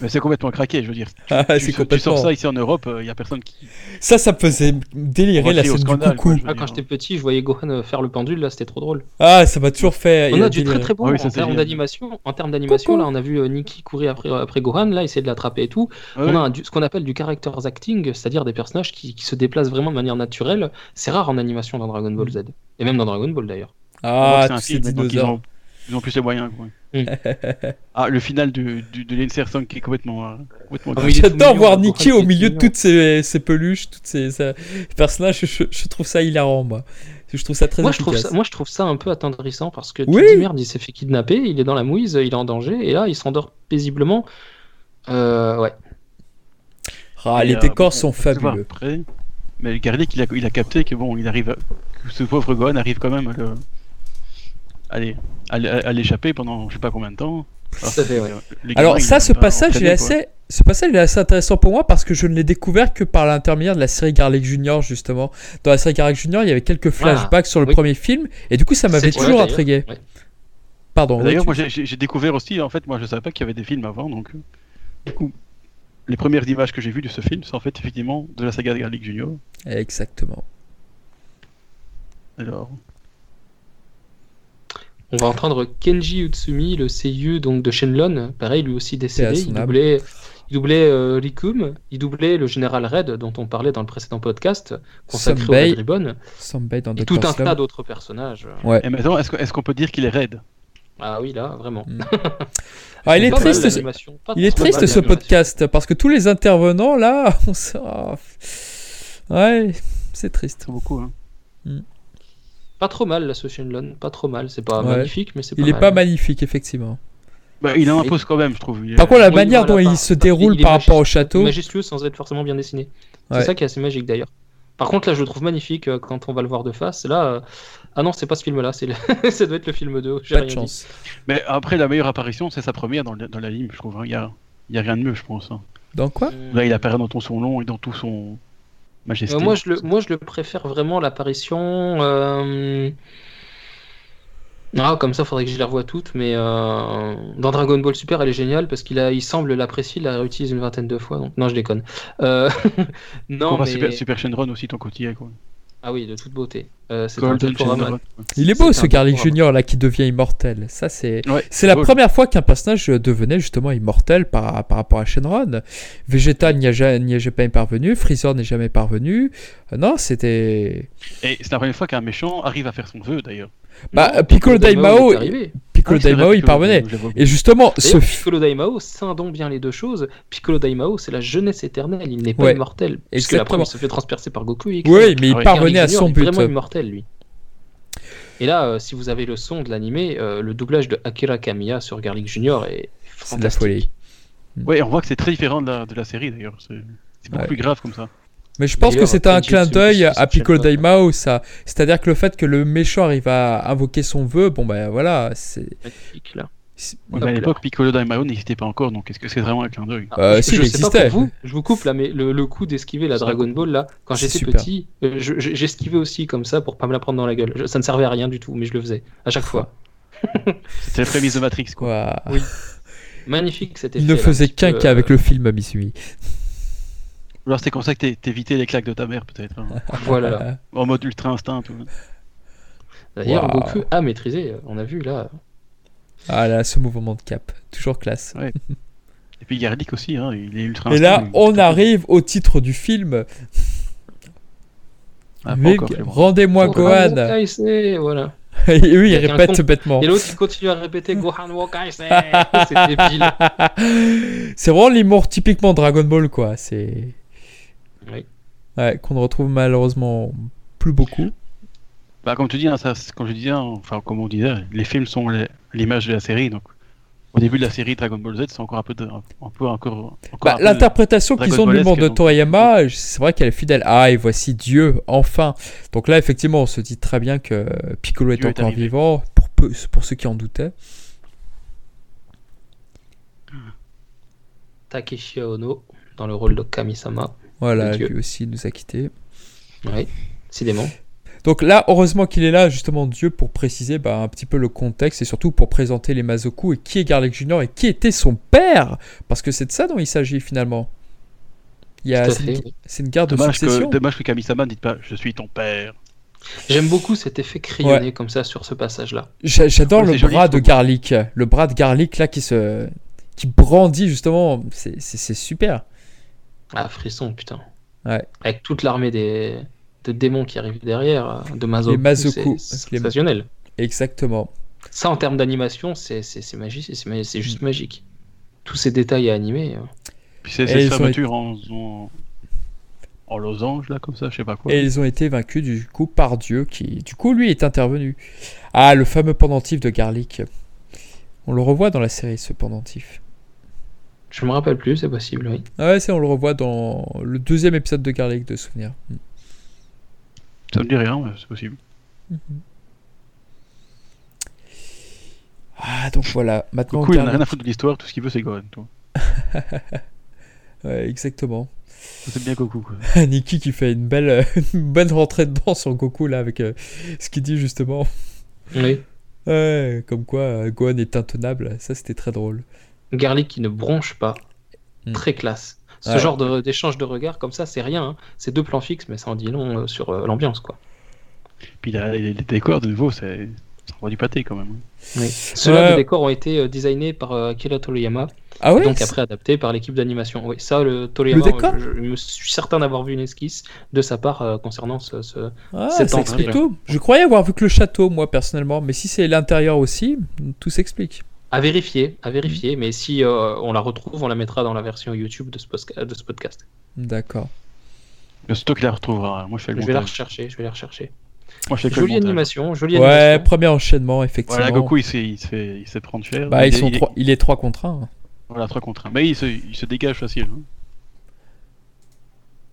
B: Mais c'est complètement craqué, je veux dire.
A: Ah,
B: Tu,
A: c'est
B: tu sors
A: complètement.
B: ça ici en Europe, il n'y a personne qui.
A: Ça, ça me faisait délirer la
B: Refait au
A: scène du
B: scandale,
A: coucou.
B: quoi, je veux
C: Ah, quand
B: dire.
C: j'étais petit, je voyais Gohan euh, faire le pendule, là c'était trop drôle.
A: Ah, ça m'a toujours fait.
C: on
A: il
C: a du
A: déliré.
C: très très beau
B: Ah oui,
C: en
B: ça, c'est
C: termes
B: génial.
C: d'animation. En termes d'animation,
A: Coucou.
C: là on a vu euh, Nikki courir après, après Gohan, là essayer de l'attraper et tout.
B: Ah Ouais,
C: On a
B: ouais.
C: un du- ce qu'on appelle du characters acting, c'est-à-dire des personnages qui, qui se déplacent vraiment de manière naturelle. C'est rare en animation dans Dragon
B: Mm.
C: Ball Z. Et même dans Dragon Ball d'ailleurs.
B: On voit que
A: Ah,
B: c'est
A: tous
B: un
A: ces
B: film, donc ils
A: dinosaures. Hmm.
B: ont, ils ont plus les moyens.
A: *laughs*
B: Quoi.
C: Mm.
B: ah, le final du, du, de l'insertion qui est complètement. euh, complètement
C: Ah
B: dingue.
C: oui, il est tout
A: J'adore
C: mignon,
A: voir
C: Gohan,
A: Niki
C: il est
A: au
C: tout
A: milieu de
C: mignon.
A: toutes ces, ces peluches, toutes ces, ces personnages. Je, je trouve ça hilarant, moi. Je trouve ça très
C: Moi je, trouve
A: efficace.
C: ça, moi je trouve ça un peu attendrissant parce que tu
A: Oui.
C: te dis merde, il s'est fait kidnapper, il est dans la mouise, il est en danger, et là il s'endort paisiblement. Euh, ouais.
A: Ah,
B: Et,
A: les
B: euh,
A: décors
B: bon, on
A: sont
B: va le voir
A: fabuleux.
B: Après, mais Garlic, il a, il a capté que bon, il arrive, à- que ce pauvre Gohan arrive quand même à le, à l'é- à l'é- à l'échapper pendant je sais pas combien de temps.
C: Tout à fait, ouais.
A: Alors ça, ce passage, il est assez, ce passage, il est assez intéressant pour moi parce que je ne l'ai découvert que par l'intermédiaire de la série Garlic Junior justement. Dans la série Garlic Junior, il y avait quelques flashbacks sur le
C: Ah, oui.
A: premier film et du coup, ça m'avait
C: C'est-
A: toujours
C: ouais,
A: intrigué.
C: d'ailleurs, ouais.
A: Pardon. ouais,
B: D'ailleurs,
A: tu-
B: moi j'ai- j'ai j'ai découvert aussi, en fait, moi je savais pas qu'il y avait des films avant, donc euh, du coup, les premières images que j'ai vues de ce film sont en fait effectivement de la saga de Garlic Junior.
A: Exactement.
B: Alors,
C: On va entendre Kenji Utsumi, le CU donc de Shenlon, pareil lui aussi
A: Paix à
C: décédé.
A: son
C: Il
A: âme.
C: doublait, il doublait euh, Rikkum, il doublait le général Red dont on parlait dans le précédent podcast consacré
A: Sonbei.
C: au Red Ribbon,
A: Sombay dans Dr.
C: et tout un
A: Slump.
C: tas d'autres personnages.
A: Ouais.
B: et maintenant, est-ce que- est-ce qu'on peut dire qu'il est raide
C: Ah oui là vraiment.
A: Ah, il est
C: Pas mal,
A: triste. ce-
C: l'animation, pas
A: Il est
C: trop
A: triste
C: mal,
A: ce
C: l'animation.
A: podcast parce que tous les intervenants là, *laughs* on sent. Ouais, c'est triste.
B: C'est beaucoup. Hein.
C: Pas trop mal là, ce Shenlon, pas trop mal. C'est pas
A: Ouais.
C: magnifique mais c'est pas
A: Il est
C: mal.
A: pas magnifique effectivement.
B: Bah, il en
C: Et-
B: impose quand même, je trouve. Il est-
A: Par contre, la
C: Oui,
A: manière
C: voilà,
A: dont
C: par-
A: il se
C: par-
A: déroule
C: il est
A: par rapport au
C: majestueux-
A: château.
C: majestueux sans être forcément bien dessiné.
A: Ouais.
C: C'est ça qui est assez magique d'ailleurs. Par contre, là, je le trouve magnifique euh, quand on va le voir de face. Là, euh, ah non, c'est pas ce film-là, c'est le- *laughs* ça doit être le film 2.
A: Pas de chance.
B: Mais après, la meilleure apparition, c'est sa première dans, le- dans l'anime, je trouve. hein. Il y, a... il y a rien de mieux, je pense. hein.
A: Dans quoi
B: Là, il apparaît dans tout son long et dans tout son majesté.
C: Euh, moi, je le, moi, je le préfère vraiment l'apparition. euh, Ah, comme ça, faudrait que je les revoie toutes, mais euh, dans Dragon Ball Super, elle est géniale parce qu'il a, il semble l'apprécier, il la réutilise une vingtaine de fois. Donc non, je déconne. Euh, *laughs* non,
B: Enfin,
C: mais...
B: Super, Super Shenron aussi, ton côté. Quoi.
C: ah oui, de toute beauté. Euh, c'est un
B: Golden
C: Tortorama.
B: Shenron. quoi.
A: Il est beau
C: C'est
A: ce
C: un
A: Garlic
C: bon programme.
A: Junior là qui devient immortel. Ça c'est
B: Ouais,
A: c'est la
B: drôle.
A: première fois qu'un personnage devenait justement immortel par, par rapport à Shenron. Vegeta n'y a, ja- n'y est jamais parvenu, Freezer n'est jamais parvenu. Euh, non, c'était
B: Et c'est la première fois qu'un méchant arrive à faire son vœu, d'ailleurs.
A: bah
C: Non,
A: Piccolo Daimao,
C: est arrivé.
A: Piccolo
B: Ah, c'est vrai,
A: Daimao il
B: Piccolo
A: parvenait.
B: Daimao, je le vois.
A: Et justement ce
C: D'ailleurs,
A: f-
C: Piccolo Daimao, scindons bien les deux choses. Piccolo Daimao, c'est la jeunesse éternelle, il n'est pas
A: Ouais,
C: immortel. Puisque la
A: exactement.
C: première se fait transpercer par Goku. et
A: oui, mais
B: Ah
A: il
B: oui.
A: parvenait à
C: Garlic
A: son
C: Jr. est
A: but.
C: vraiment immortel, lui. Et là, euh, si vous avez le son de l'animé, euh, le doublage de Akira Kamiya sur Garlic Junior est
A: C'est de la folie.
C: fantastique.
B: Ouais, on voit que c'est très différent de la, de la série, d'ailleurs. C'est c'est beaucoup
A: Ouais.
B: plus grave comme ça.
A: Mais je pense que
C: D'ailleurs,
A: c'était un
C: Kenjutsu,
A: clin d'œil
C: c'est
A: à
C: Shenron.
A: Piccolo Daimao, ça. C'est-à-dire que le fait que le méchant arrive à invoquer son vœu, bon ben voilà, c'est.
C: Magnifique, là.
A: c'est-
B: Ouais, mais à
C: Hop là.
B: l'époque, Piccolo Daimao n'existait pas encore, donc est-ce que c'est vraiment un clin d'œil
C: Ah,
A: Euh,
C: je-
A: si,
C: je
A: il
C: sais pas pour
A: existait.
C: vous, je vous coupe là, mais le, le coup d'esquiver la
B: C'est
C: Dragon Ball là, quand
A: C'est
C: j'étais
A: super.
C: petit, euh, je- je- j'esquivais aussi comme ça pour pas me la prendre dans la gueule. Je- ça ne servait à rien du tout, mais je le faisais à chaque fois.
B: C'était la prémisse de Matrix, quoi.
A: Quoi
C: Magnifique cet effet.
A: Il ne faisait qu'un
C: cas
A: cas avec le film Misumi.
B: Ou Alors, c'est comme ça que t'é- t'évitais les claques de ta mère, peut-être. hein.
C: euh,
A: *laughs*
C: Voilà.
A: Euh,
B: En mode ultra instinct. tout.
C: D'ailleurs,
A: Waouh.
C: Goku a maîtrisé, euh, on a vu là.
A: Ah là, ce mouvement de cap, toujours classe.
B: Et puis Garlic aussi, hein, il est ultra
A: Et
B: instinct.
A: là,
B: mais-
A: on arrive au titre du film.
B: Ah, pas
A: Mais
B: encore, Clément.
A: rendez-moi
C: Gohan
A: Gohan.
C: Wokaisei, voilà.
A: Et *laughs* oui, il
C: Avec un
A: répète
C: con.
A: bêtement.
C: Et l'autre, il continue à répéter Gohan Wokaisei. C'est débile.
A: *laughs* C'est vraiment l'humour typiquement Dragon Ball, quoi. C'est
C: Oui.
A: ouais, qu'on ne retrouve malheureusement plus beaucoup.
B: Bah, comme tu dis, hein, ça, c'est- comme je disais, hein, enfin, comme on disait, les films sont les- l'image de la série. Donc, au début de la série Dragon Ball Z, c'est encore un peu, de, un, un peu encore. encore
A: Bah,
B: un peu-
A: L'interprétation
B: Dragon
A: qu'ils ont de l'humour de
B: Ballesque, donc.
A: Toriyama, c'est vrai qu'elle est fidèle. Ah, et voici Dieu, enfin. Donc là, effectivement, on se dit très bien que Piccolo est
B: Dieu est
A: encore
B: arrivé.
A: vivant, pour, peu, pour ceux qui en doutaient.
C: Takeshi Aono dans le rôle de Kamisama.
A: Voilà,
C: Et Dieu.
A: lui aussi nous a quittés.
C: Oui, décidément.
A: Donc là, heureusement qu'il est là, justement, Dieu, pour préciser bah, un petit peu le contexte et surtout pour présenter les Mazoku et qui est Garlic Junior et qui était son père. Parce que c'est de ça dont il s'agit finalement. Il y a-
C: Tout à
A: Ah, c'est une-
C: fait, oui.
A: c'est une garde de
B: Dommage que,
A: succession.
B: dommage que Kamisama ne dise pas Je suis ton père.
C: J'aime beaucoup cet effet crayonné comme ça sur ce passage-là.
A: J'a- J'adore
B: Ouais,
A: le
B: c'est joli,
A: bras
B: je
A: de
B: trouve.
A: Garlic. euh, Le bras de Garlic là qui se qui brandit justement, c'est- c'est c'est super.
C: Ah, frisson, putain.
A: Ouais.
C: Avec toute l'armée des... de démons qui arrivent derrière, euh, de Mazoku.
A: Les Mazoku.
C: C'est
A: Les-
C: sensationnel.
A: Exactement. Ça
C: Ça, en termes d'animation, c'est c'est- c'est magique, c'est ma- c'est
A: Mm.
C: juste magique. Tous ces détails à animer. euh.
B: Puis c'est
A: Et
B: cette
A: ils ont
B: fermeture en, en, en losange, là, comme ça, je sais pas quoi.
A: Et ils ont été vaincus du coup par Dieu qui du coup lui est intervenu. Ah le fameux pendentif de Garlic. On le revoit dans la série ce pendentif.
C: Je me rappelle plus, c'est possible, oui.
A: Ah ouais, c'est on le revoit dans le deuxième épisode de Garlic de souvenir. Mm.
B: Ça me dit rien, mais c'est possible.
A: Ah, donc voilà, maintenant.
B: Goku, il
A: Gohan-
B: n'a rien à foutre de l'histoire, tout ce qu'il veut, c'est Gohan. Tout.
A: Ouais, exactement. *laughs*
B: C'est bien Goku. Quoi.
A: Niki qui fait une belle, *laughs* euh, une bonne rentrée dedans sur Goku, là, avec euh, ce qu'il dit justement.
C: Oui.
A: Ouais, comme quoi euh, Gohan est intenable, ça c'était très drôle.
C: Garlic qui ne bronche pas.
A: Hmm.
C: Très classe. Ce
A: Ouais.
C: genre de- d'échange de, regards comme ça, c'est rien. hein. C'est deux plans fixes, mais ça en dit long euh, sur euh, l'ambiance, quoi.
B: Puis là, les les décors, de nouveau, c'est- ça envoie du pâté quand même. hein.
C: Ceux-là,
A: Ouais.
C: les décors ont été euh, designés par euh, Akira Toriyama,
A: Ah ouais
C: et donc
A: c'est-
C: après adaptés par l'équipe d'animation. Oui, ça, le Toriyama,
A: Le décor
C: je, je me suis certain d'avoir vu une esquisse de sa part euh, concernant ce, ce-
A: ah,
C: c'est
A: ça
C: en
A: explique
C: vrai.
A: tout. Je croyais avoir vu que le château, moi, personnellement, mais si c'est l'intérieur aussi, tout s'explique.
C: À vérifier, à
A: Mm.
C: vérifier, mais si euh, on la retrouve, on la mettra dans la version YouTube de ce, posca- de ce podcast.
A: D'accord.
B: Le stock, il la retrouvera. Moi, je fais le
C: Je vais la
B: montage.
C: rechercher, je vais la rechercher.
B: Moi, je fais que le
C: Jolie
B: montage.
C: animation, jolie
A: Ouais,
C: animation.
A: premier enchaînement, effectivement.
B: Voilà, Goku, il sait, il se fait, il se fait prendre cher.
A: Bah, ils
B: est-
A: sont
B: est-
A: trois- il est 3 contre 1.
B: Voilà, 3 contre 1. Mais il se, il se dégage facile. hein.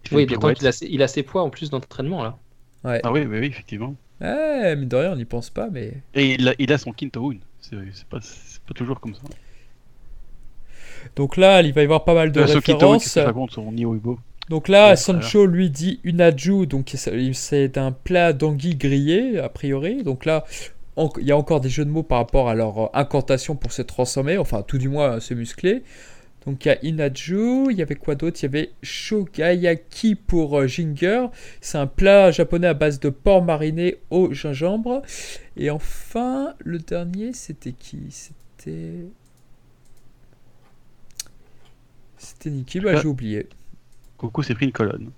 B: Il fait
C: Oui,
B: une
C: d'autant
B: pirouette.
C: qu'il a, ses- il a ses poids en plus d'entraînement là.
A: Ouais.
B: Ah oui, oui, oui, effectivement.
A: Ouais, mais de rien, on n'y pense pas, mais.
B: Et il a, il a son Kintoun. C'est c'est pas, c'est pas toujours comme ça.
A: Donc là, il va y avoir pas mal de
B: Euh, son Kintoun, qu'est-ce
A: références.
B: que je raconte son Nihoibo
A: Donc là,
B: Ouais,
A: Sancho lui dit unaju, donc c'est- c'est un plat d'anguille grillé, a priori. Donc là, en- il y a encore des jeux de mots par rapport à leur euh, incantation pour se transformer, enfin tout du moins euh, se muscler. Donc il y a Inaju, il y avait quoi d'autre Il y avait Shogayaki pour euh, Ginger. C'est un plat japonais à base de porc mariné au gingembre. Et enfin, le dernier, c'était qui C'était... C'était Niki, bah,
B: Ah.
A: j'ai oublié.
B: Goku s'est pris une colonne.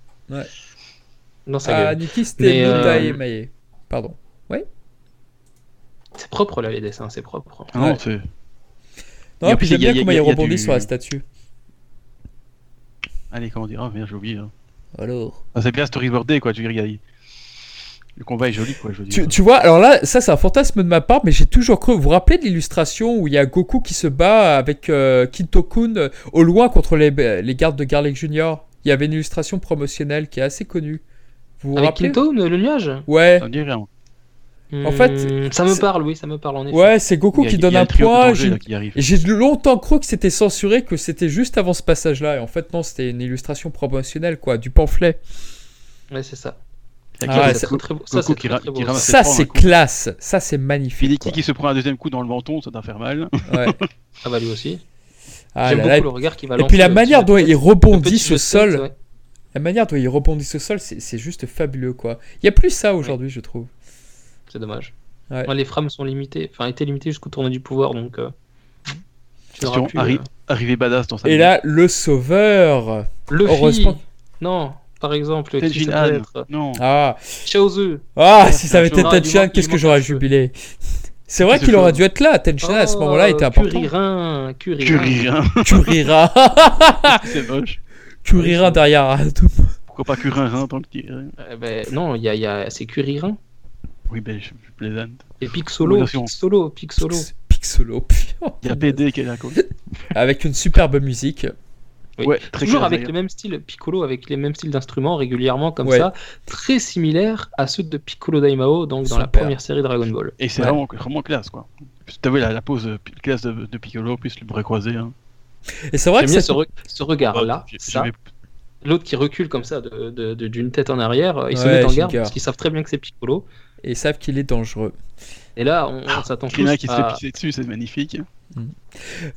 C: Dans sa
A: Ah,
C: gueule.
A: Niki,
C: Mais,
A: c'était
C: euh,
A: Mundae Mae. Pardon.
C: C'est propre là, les dessins, c'est propre.
B: Ah non,
A: Ouais.
B: c'est.
A: Non,
B: Et en
A: puis
B: plus,
A: j'aime
B: il y
A: bien
B: a- il y a-
A: comment
B: il
A: il
B: y a
A: rebondit
B: du-
A: sur la statue.
B: Allez, comment dire Ah, merde, j'ai oublié. hein.
A: Alors.
B: Ah, c'est bien storyboardé, quoi. Tu regardes. Le combat est joli, quoi. Je veux dire.
A: Tu, tu vois, alors là, ça c'est un fantasme de ma part, mais j'ai toujours cru. Vous vous rappelez de l'illustration où il y a Goku qui se bat avec euh, Kintokun euh, au loin contre les, euh, les gardes de Garlic Junior Il y avait une illustration promotionnelle qui est assez connue. Vous vous
C: Avec
A: rappelez
C: Kinto, le le nuage
A: Ouais.
B: Ça me dit rien.
A: En fait,
C: Hmm, ça me
A: c'est-
C: parle, oui, ça me parle en effet.
A: Ouais, c'est Goku
B: Il y a-
A: qui
B: il y a
A: donne
B: le
A: un
B: trio de
A: point.
B: danger,
A: j'ai-
B: là, qui arrive.
A: Et J'ai longtemps cru que c'était censuré, que c'était juste avant ce passage-là. Et en fait, non, c'était une illustration promotionnelle, quoi, du pamphlet.
C: Ouais, c'est ça.
B: Il y a
A: Ah,
B: Goku-
A: ouais,
C: ça, c'est très beau. Ça,
B: Goku
C: c'est
B: qui
C: très,
B: ra-
C: très
B: qui
C: beau.
B: ramasse-
A: Ça,
B: prendre un
A: c'est
B: coup.
A: classe. Ça, c'est magnifique.
B: Finiki qui se prend un deuxième coup dans le menton, ça doit
A: *laughs*
B: faire mal.
A: quoi.
C: *laughs*
A: Ouais.
C: Ça va bah, lui aussi.
A: Ah
C: J'aime
A: là
C: beaucoup
A: là.
C: le regard qui va euh,
A: Et puis la manière dont il rebondit sur
C: sur
A: le sol, la manière dont il rebondit sur le sol, c'est c'est juste fabuleux, quoi. Il y a plus ça aujourd'hui, je trouve.
C: C'est dommage.
A: Ouais.
C: Ouais, les frames sont limitées, enfin étaient limitées jusqu'au tournoi du pouvoir, donc. euh, tu n'auras
B: Attention,
C: plus,
B: Harry.
C: euh,
B: Arrivé badass dans sa
A: Et là, le sauveur.
C: euh, Luffy.
A: Heureusement.
C: Non, par exemple, qui
B: Tenjin
C: ça
B: Han.
C: peut être
B: Non.
A: Ah,
C: Chaozu.
A: ah, si
B: c'est
A: ça
B: un
A: avait été
B: cheveu.
A: Tenchihan,
C: Ah, il
A: qu'est-ce que
C: manque- il
A: j'aurais
C: manque un cheveu.
A: jubilé. C'est vrai
B: C'est
A: qu'il
B: chaud.
A: aurait dû être là. Tenchihan à ce
C: Oh,
A: moment-là était important.
C: Kuririn, Kuririn.
B: Kuririn.
A: *laughs* Kuririn,
B: hein. *laughs* c'est moche.
A: Kuririn derrière Haruto.
B: Pourquoi pas Kuririn tant que tu
C: Eh ben, non, il y a, il y a- c'est Kuririn.
B: Oui, ben, je, je plaisante.
C: Et Pixolo,
B: Version.
C: Pixolo, Pixolo.
A: Pix- Pixolo. puis-
B: Il y a PD qui est là, quoi.
A: Avec une superbe musique.
C: Oui.
B: Ouais, très
C: Toujours
B: clair,
C: avec le
B: d'ailleurs.
C: même style, Piccolo avec les mêmes styles d'instruments régulièrement comme
A: Ouais.
C: ça, très similaire à ceux de Piccolo Daimao, donc dans la
A: Super.
C: première série Dragon Ball.
B: Et c'est
A: Ouais.
B: vraiment, vraiment classe, quoi. Puis T'as vu la, la pose euh, pi- classe de, de Piccolo, plus le bras croisé. Hein.
A: Et c'est vrai
C: J'aime
A: que
C: bien
A: c'est
C: ce, re- ce
A: Ah,
C: regard-là,
B: J'ai-
C: ça,
B: j'avais-
C: l'autre qui recule comme ça de- de- de- d'une tête en arrière, euh, ils se
A: Ouais,
C: mettent en garde
A: Giga.
C: parce qu'ils savent très bien que c'est Piccolo.
A: et ils savent qu'il est dangereux.
C: Et là, on, on s'attend
B: Ah, Il y en a qui
C: tous
A: euh,
B: se fait
C: à...
B: pisser dessus, c'est magnifique.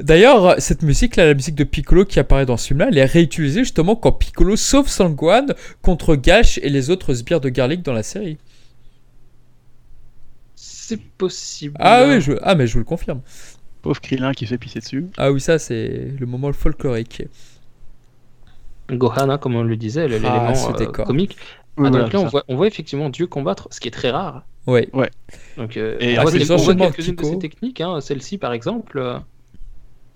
A: D'ailleurs, euh, cette musique là, la musique de Piccolo qui apparaît dans ce film là, elle est réutilisée justement quand Piccolo sauve Sangohan contre Gash et les autres sbires de Garlic dans la série.
C: C'est possible.
A: Ah oui, je... ah mais je vous le confirme.
B: Pauvre Krillin qui se fait pisser dessus.
A: Ah oui, ça c'est le moment folklorique.
C: Gohan, hein, comme on le disait, le-
A: Ah,
C: l'élément
A: ce
C: euh,
A: décor.
C: comique.
B: Oui,
C: Ah,
B: voilà,
C: donc là, on
B: ça.
C: voit, on voit effectivement Dieu combattre, ce qui est très rare.
A: Ouais.
C: Donc, euh,
B: Et
C: on
B: en
C: voit,
B: plus,
C: des-
B: les
C: on voit
A: enchaînements de
C: quelques-unes de
A: Kiko.
C: ces techniques, hein, celle-ci par exemple. euh,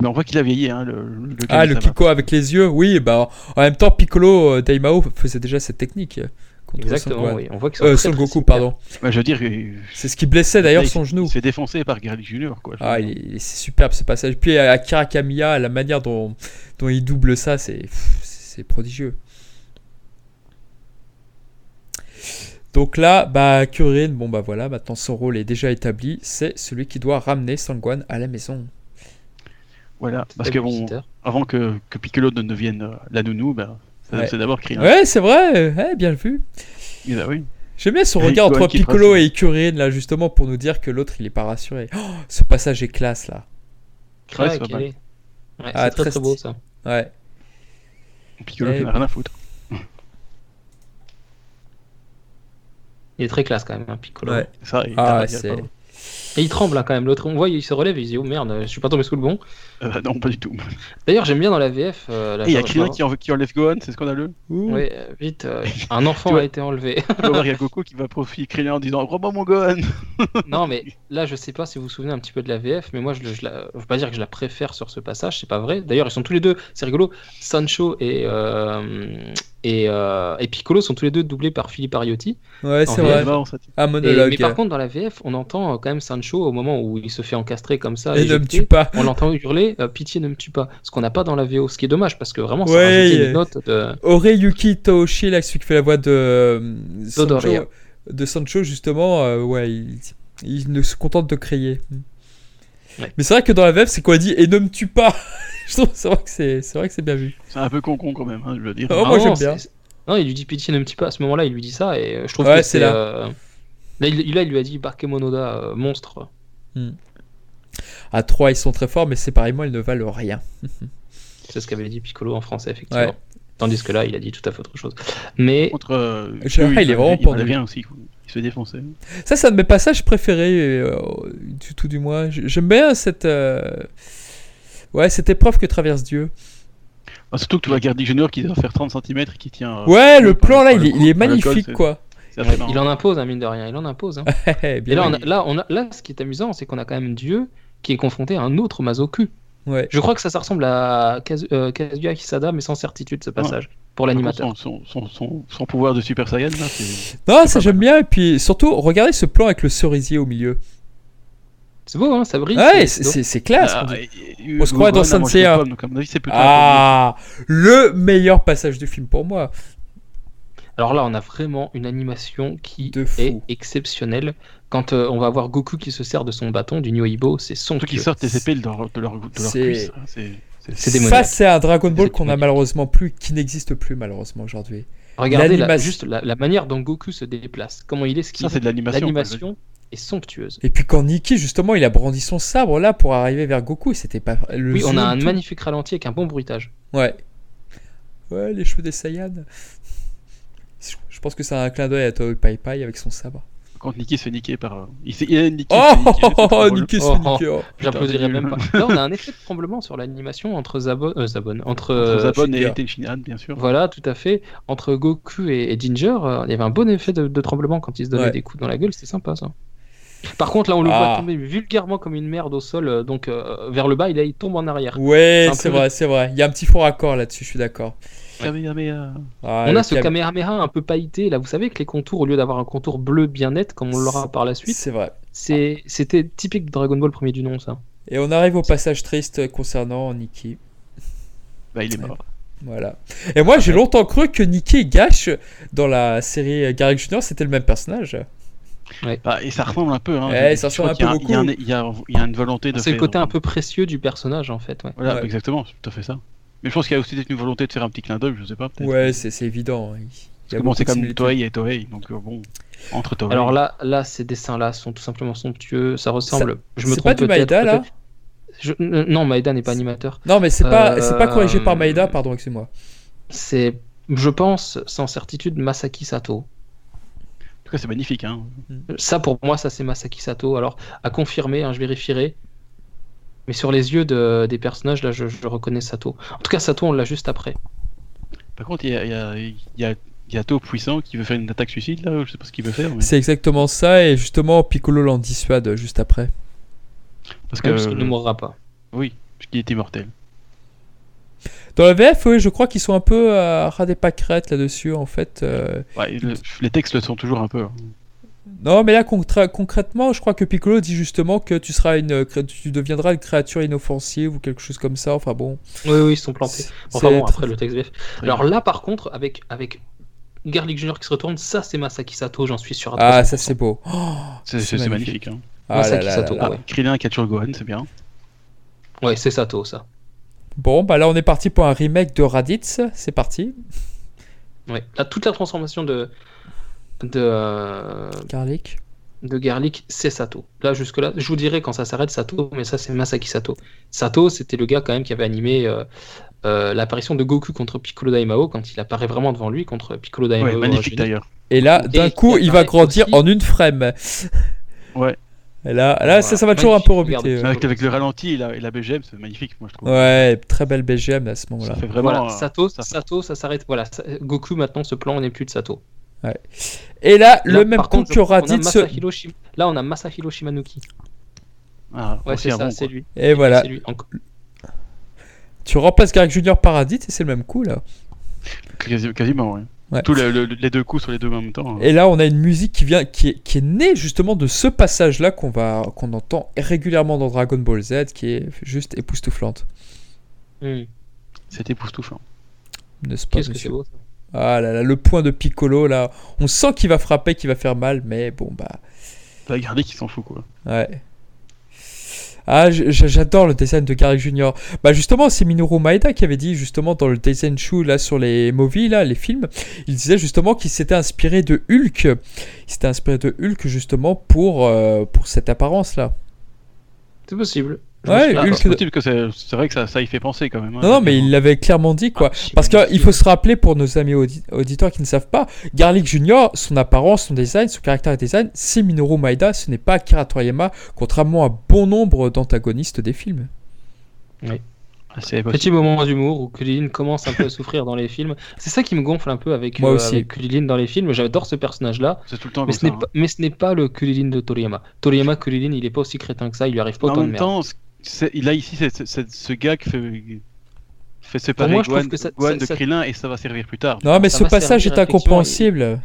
B: Mais on voit qu'il a vieilli, hein, le, le
A: Ah
B: Kami,
A: le
B: ça va.
A: Kiko avec les yeux, oui, bah en même temps Piccolo euh, Daimao faisait déjà cette technique euh, contre
C: Exactement,
A: Sangohan.
C: oui. On voit que
A: Euh, Son Goku, pardon.
B: Bah, je veux dire, il,
A: C'est ce qui blessait d'ailleurs son genou.
B: il se fait défoncer par Garlic Junior, quoi.
A: Ah, il est- c'est superbe ce passage. Puis euh, Akira Kamiya, la manière dont, dont il double ça, c'est pff, c'est prodigieux. Donc là, bah, Kurin, bon bah voilà, maintenant son rôle est déjà établi, c'est celui qui doit ramener Sangwan à la maison.
B: Voilà, parce que bon, avant que, que Piccolo ne devienne euh, la nounou, bah, c'est
A: Ouais.
B: c'est d'abord Krillin.
A: Ouais, c'est vrai, ouais, bien vu.
B: Et bah oui.
A: J'aime bien son
B: Rick
A: regard entre
B: Gohan qui
A: Piccolo
B: passe.
A: et Kurin, là, justement, pour nous dire que l'autre, il est pas rassuré. Oh, ce passage est classe, là.
B: Ouais, c'est
C: Crac,
B: pas mal.
C: allez. Ouais,
A: Ah,
C: c'est très
A: très
C: très beau ça.
A: Ouais.
B: Piccolo
A: Eh
B: qui n'a
A: oui.
B: rien à foutre.
C: Il est très classe quand même, hein, Piccolo.
A: Ouais.
B: Ça, il
A: Ah,
B: t'a
A: ouais,
B: pas dit,
A: c'est-
B: pardon.
C: Et il tremble hein, quand même. L'autre, on voit, il se relève, il se dit oh merde, je suis pas tombé sous le bon.
B: Euh, non, pas du tout.
C: D'ailleurs, j'aime bien dans la VF. euh, la
B: Et il y a
C: genre-
B: Krillin qui, en- qui enlève Gohan, c'est scandaleux.
A: Ouh.
C: Ouais, euh,
B: *laughs*
C: vite, euh, un enfant a été enlevé. *laughs*
B: Gohan, il y a Goku qui va profiter Krillin en disant Rends-moi
A: *laughs*
B: mon Gohan
C: non, mais là, je sais pas si vous vous souvenez un petit peu de la VF, mais moi, je, le- je la- je veux pas dire que je la préfère sur ce passage, c'est pas vrai. D'ailleurs, ils sont tous les deux, c'est rigolo, Sancho et, euh, et, euh, et Piccolo sont tous les deux doublés par Philippe Ariotti.
A: Ouais, c'est
C: En
A: vrai.
B: C'est marrant, ça.
A: Un
C: Et-
A: monologue.
C: mais par contre, dans la VF, on entend euh, quand même Sancho au moment où il se fait encastrer comme ça.
A: et ne me
C: éjecté.
A: tue pas.
C: On l'entend hurler euh, Pitié, ne me tue pas. Ce qu'on n'a pas dans la VO, ce qui est dommage parce que vraiment, ça
A: Ouais,
C: rajoutait
A: il y a-
C: une note de.
A: Oreyuki Taoshi, là, celui qui fait la voix de, euh,
C: Dodoria.
A: Sancho, de Sancho, justement, euh, ouais, il, il ne se contente de crier.
C: Ouais.
A: Mais c'est vrai que dans la VF, c'est quoi dit Et ne me tue pas *laughs* Je trouve c'est vrai que c'est c'est vrai que c'est bien vu.
B: C'est un peu con-con quand même, hein, je veux dire.
A: Oh,
C: Ah
A: moi,
C: non,
A: j'aime
C: c'est-
A: bien.
C: c'est- Non, il lui dit pitié un petit peu. À ce moment-là, il lui dit ça et euh, je trouve
A: Ouais,
C: que
A: c'est
C: c'est
A: là.
C: euh, Là, il, là, il lui a dit Bakemonoda, euh, monstre.
A: À 3, ils sont très forts, mais séparément, ils ne valent rien.
C: C'est ce qu'avait dit Piccolo en français, effectivement.
A: Ouais.
C: Tandis que là, il a dit tout à fait autre chose. Mais
B: Contre. euh,
A: Je-
B: Q,
A: ah, il est vraiment
B: il valait
A: pendu.
B: rien aussi. quoi. Il se fait défoncer.
A: Ça, c'est un de mes passages préférés, euh, du tout du moins. J- J'aime bien cette. euh, Ouais, cette épreuve que traverse Dieu.
B: Ah, surtout que tu vois Gardic Junior qui doit faire 30 cm et qui tient. euh,
A: Ouais, le
B: par-
A: plan là,
B: par
A: il
B: le
A: est,
B: cou,
A: il est
B: par le col,
A: magnifique
B: c'est-
A: quoi. *laughs*
B: c'est assez marrant.
C: il en impose, hein, mine de rien. Il en impose. hein. et
A: Bien
C: là, on a,
A: vu.
C: là, on a, là, ce qui est amusant, c'est qu'on a quand même Dieu qui est confronté à un autre Mazoku.
A: Ouais.
C: Je crois que ça, ça ressemble à Kazu- euh, Kazuya Hisada, mais sans certitude, ce passage, pour
B: Par
C: l'animateur.
B: contre, Son, son, son, son pouvoir de Super Saiyan, là, c'est.
A: Non,
B: C'est
A: ça
B: pas
A: j'aime bien. Et puis surtout, regardez ce plan avec le cerisier au milieu.
C: C'est beau, hein, ça brille.
A: Ouais,
C: c'est-
A: c'est- c'est c'est classe.
B: Ah,
A: on dit.
B: et- et-
A: on se croirait dans
B: Gohan a mangé
A: Saint-Seiya.
B: des pommes, donc à mon avis, c'est peut-être un
A: Ah, le meilleur passage du film pour moi.
C: Alors là, on a vraiment une animation qui
A: De fou.
C: est exceptionnelle. Quand euh, on va voir Goku qui se sert de son bâton, du Nyoibo, c'est son
B: Surtout qu'ils
C: Dieu.
B: sortent les épées de leur, de leur, de leur
A: C'est-
B: cuisse. hein, C'est c'est-
C: C'est
A: Ça,
C: démoniaque.
A: c'est un Dragon Ball
C: C'est
A: qu'on a
C: démoniaque.
A: malheureusement plus, qui n'existe plus malheureusement aujourd'hui.
C: Regardez la-
A: l'animation-
C: juste la, la manière dont Goku se déplace, comment il esquive.
B: ça, c'est de l'animation. quoi,
C: L'animation est somptueuse.
A: Et puis quand Nikki justement, il a brandi son sabre là pour arriver vers Goku, c'était pas le
C: Oui, on a
A: zoom,
C: un
A: tout.
C: magnifique ralenti avec un bon bruitage.
A: Ouais. Ouais, les cheveux des Saiyans. Je- Je pense que c'est un clin d'œil à Toei Pai Pai avec son sabre.
B: je- Quand Niki se fait niquer par. euh, Il s'est- il a niqué.
A: Oh,
B: il s'est niqué, c'est trop
A: *laughs*
B: drôle.
A: Nikki,
C: Oh,
A: c'est
C: oh.
A: Nikki. oh.
C: J'applaudirais
B: nul.
C: même pas. Là,
B: *laughs*
C: on a un effet de tremblement sur l'animation entre Zabon, euh, Zabon, entre,
B: Entre
C: euh,
B: Zabon et
A: Shigeru.
B: Tenshinhan, bien sûr.
C: Voilà, tout à fait. Entre Goku et, et Ginger, euh, il y avait un bon effet de, de tremblement quand ils se donnaient
A: Ouais.
C: des coups dans la gueule, c'était sympa ça. Par contre, là, on le
A: Ah.
C: voit tomber vulgairement comme une merde au sol, euh, donc euh, vers le bas, il, là, il tombe en arrière.
A: Ouais,
C: Oh. C'est un
A: c'est
C: peu-
A: vrai, c'est vrai. Il y a un petit faux raccord là-dessus, je suis d'accord.
B: Kamehameha.
A: Ah,
C: on
A: le
C: a ce
A: cam-
C: Kamehameha un peu pailleté, là, vous savez que les contours, au lieu d'avoir un contour bleu bien net, comme on l'aura par la suite,
A: C'est vrai.
C: c'est- c'était typique Dragon Ball premier du nom, ça.
A: Et on arrive au passage triste concernant Nikki.
B: Bah, il est mort.
A: Voilà. Et
C: Ah
A: moi, j'ai longtemps cru que Nikki et Gash, dans la série Garrick Junior, c'était le même personnage.
B: Bah, et ça ressemble un peu. Hein,
A: Ouais,
B: Je-
A: ça
B: je crois
A: ressemble un
B: qu'il y a
A: peu
B: un- Il y, a un- il y a- il y a une volonté de.
C: C'est le
B: faire-
C: côté un peu précieux du personnage, en fait. Ouais.
B: Voilà,
A: Ouais.
B: exactement, c'est tout à fait ça. Mais je pense qu'il y a aussi peut-être une volonté de faire un petit clin d'œil, je sais pas. peut-être.
A: Ouais, c'est c'est évident. hein. Il- il y a
B: Parce que bon,
A: beaucoup
B: c'est
A: de
B: comme
A: similitudes.
B: Toei et Toei, donc euh, bon, entre Toei.
C: Alors là, là, ces dessins-là sont tout simplement somptueux, ça ressemble. je me
A: c'est
C: trompe
A: pas du
C: peut-être,
A: Maeda, là
C: peut-être. Je- euh, Non, Maeda n'est pas animateur.
A: Non, mais c'est pas, c'est pas
C: Euh,
A: corrigé par Maeda, pardon, excuse-moi.
C: c'est, je pense, sans certitude, Masaki Sato.
B: En tout cas, c'est magnifique, hein.
C: Ça, pour moi, ça c'est Masaki Sato. Alors, à confirmer, hein, je vérifierai. Mais sur les yeux de- des personnages, là, je, je reconnais Sato. En tout cas, Sato, on l'a juste après.
B: Par contre, il y a, il y a, il y a- il y a Tao puissant qui veut faire une attaque suicide, là, je sais pas ce qu'il veut faire. mais-
A: C'est exactement ça, et justement, Piccolo l'en dissuade euh, juste après.
B: Parce que.
C: Parce qu'il ne mourra pas.
B: Oui, parce qu'il est immortel.
A: Dans la VF, oui, je crois qu'ils sont un peu à ras des pâquerettes là-dessus, en fait. euh.
B: Ouais, le- les textes le sont toujours un peu. hein.
A: Non, mais là, concré- concrètement, je crois que Piccolo dit justement que tu, seras une, cré- tu deviendras une créature inoffensive ou quelque chose comme ça, enfin bon.
C: Oui, oui, ils sont plantés.
A: C'est-
C: Enfin bon,
A: c'est
C: après le texte VF.
B: Très
C: Alors
B: bien.
C: là, par contre, avec, avec Garlic Junior qui se retourne, ça c'est Masaki Sato, j'en suis sûr. à
A: Ah, ça c'est beau. Oh,
B: C'est
A: c'est
B: c'est- c'est magnifique. Hein.
A: ah là
C: Masaki
A: là
C: Sato,
A: là là.
C: ouais.
B: Krillin qui a toujours Gohan, c'est bien.
C: Ouais, c'est Sato ça.
A: Bon, bah là on est parti pour un remake de Raditz. C'est parti.
C: Ouais. Là, toute la transformation de, de, euh,
A: Garlic.
C: de Garlic, c'est Sato. Là, jusque-là, je vous dirai quand ça s'arrête Sato, mais ça, c'est Masaki Sato. Sato, c'était le gars quand même qui avait animé euh, euh, l'apparition de Goku contre Piccolo Daimao quand il apparaît vraiment devant lui contre Piccolo Daimao. euh,
B: Ouais, magnifique
C: originel.
B: d'ailleurs.
A: Et là,
C: Et
A: d'un
C: qui
A: coup, il va
C: apparaît
A: grandir
C: aussi.
A: en une frame.
B: Ouais.
A: Et là, là ça,
C: Voilà.
A: ça m'a toujours un peu
C: Magnifique,
A: rebuté.
C: regarde.
A: ouais.
B: Avec, avec le ralenti et la, et la BGM, c'est magnifique, moi je trouve.
A: Ouais, très belle BGM à ce moment-là.
B: Ça fait vraiment.
C: Voilà,
B: euh,
C: Sato,
B: ça fait-
C: Sato, ça s'arrête. Voilà, ça- Goku maintenant, ce plan, on n'est plus de Sato.
A: Et là,
C: Là,
A: le même
C: par
A: coup
C: contre,
A: que
C: je- on a
A: Raditz.
C: Masahiro Shim- Là, on a Masahiro Shimanuki.
B: ah,
C: Ouais,
B: aussi
C: c'est
B: un
C: ça,
B: bon,
C: c'est
B: quoi.
C: lui.
A: Et voilà,
C: C'est lui. Encore-
A: tu remplaces Garrick Junior par Raditz et c'est le même coup là.
B: Quasi- Quasiment, ouais.
A: Ouais.
B: Tous le- le- les deux coups sur les deux en même temps. hein.
A: Et là, on a une musique qui vient, qui est, qui est née justement de ce passage-là qu'on va, qu'on entend régulièrement dans Dragon Ball Z, qui est juste époustouflante,
C: Hmm,
B: C'était époustouflant.
A: n'est-ce pas
C: Qu'est-ce que c'est
A: monsieur
C: beau ça.
A: Ah là là, le point de Piccolo là, on sent qu'il va frapper, qu'il va faire mal, mais bon bah,
B: T'as regardé qui s'en fout, quoi.
A: ouais. Ah, j- j- j'adore le design de Garrick Junior. Bah justement, c'est Minoru Maeda qui avait dit justement dans le design show là sur les movies là, les films, il disait justement qu'il s'était inspiré de Hulk. Il s'était inspiré de Hulk justement pour euh, pour cette apparence là.
C: C'est possible. Je me
A: Ouais,
C: suis-
B: Ah,
A: Hulk-
B: c'est possible que c'est c'est vrai que ça, ça y fait penser quand même. hein.
A: Non, non, mais il l'avait clairement dit,
C: Ah,
A: quoi. Parce qu'il faut se rappeler pour nos amis audi- auditeurs qui ne savent pas, Garlic Junior, son apparence, son design, son caractère et design, c'est Minoru Maeda, ce n'est pas Akira Toriyama, contrairement à bon nombre d'antagonistes des films.
B: Ah, C'est possible.
C: Petit moment d'humour où Kulilin commence un peu à souffrir dans les films. C'est ça qui me gonfle un peu avec,
A: Moi
C: euh,
A: aussi.
C: avec Kulilin dans les films. J'adore ce personnage-là,
B: C'est tout le temps
C: mais
B: comme
C: ce
B: ça.
C: n'est
B: hein.
C: pas, mais ce n'est pas le Kulilin de Toriyama. Toriyama, Kulilin, il est pas aussi crétin que ça. Il lui arrive pas
B: hein. Mais en
C: autant
B: même
C: de merde.
B: temps, c'est- il a ici c'est- c'est- c'est ce gars qui fait, fait séparer
C: moi, je
B: Gohan,
C: trouve que ça-
B: Gohan
C: ça-
B: de
C: ça-
B: Krillin et ça va servir plus tard.
A: Non, mais
C: Ah, Ça
A: ce
C: va
A: passage
C: servir,
A: est incompréhensible.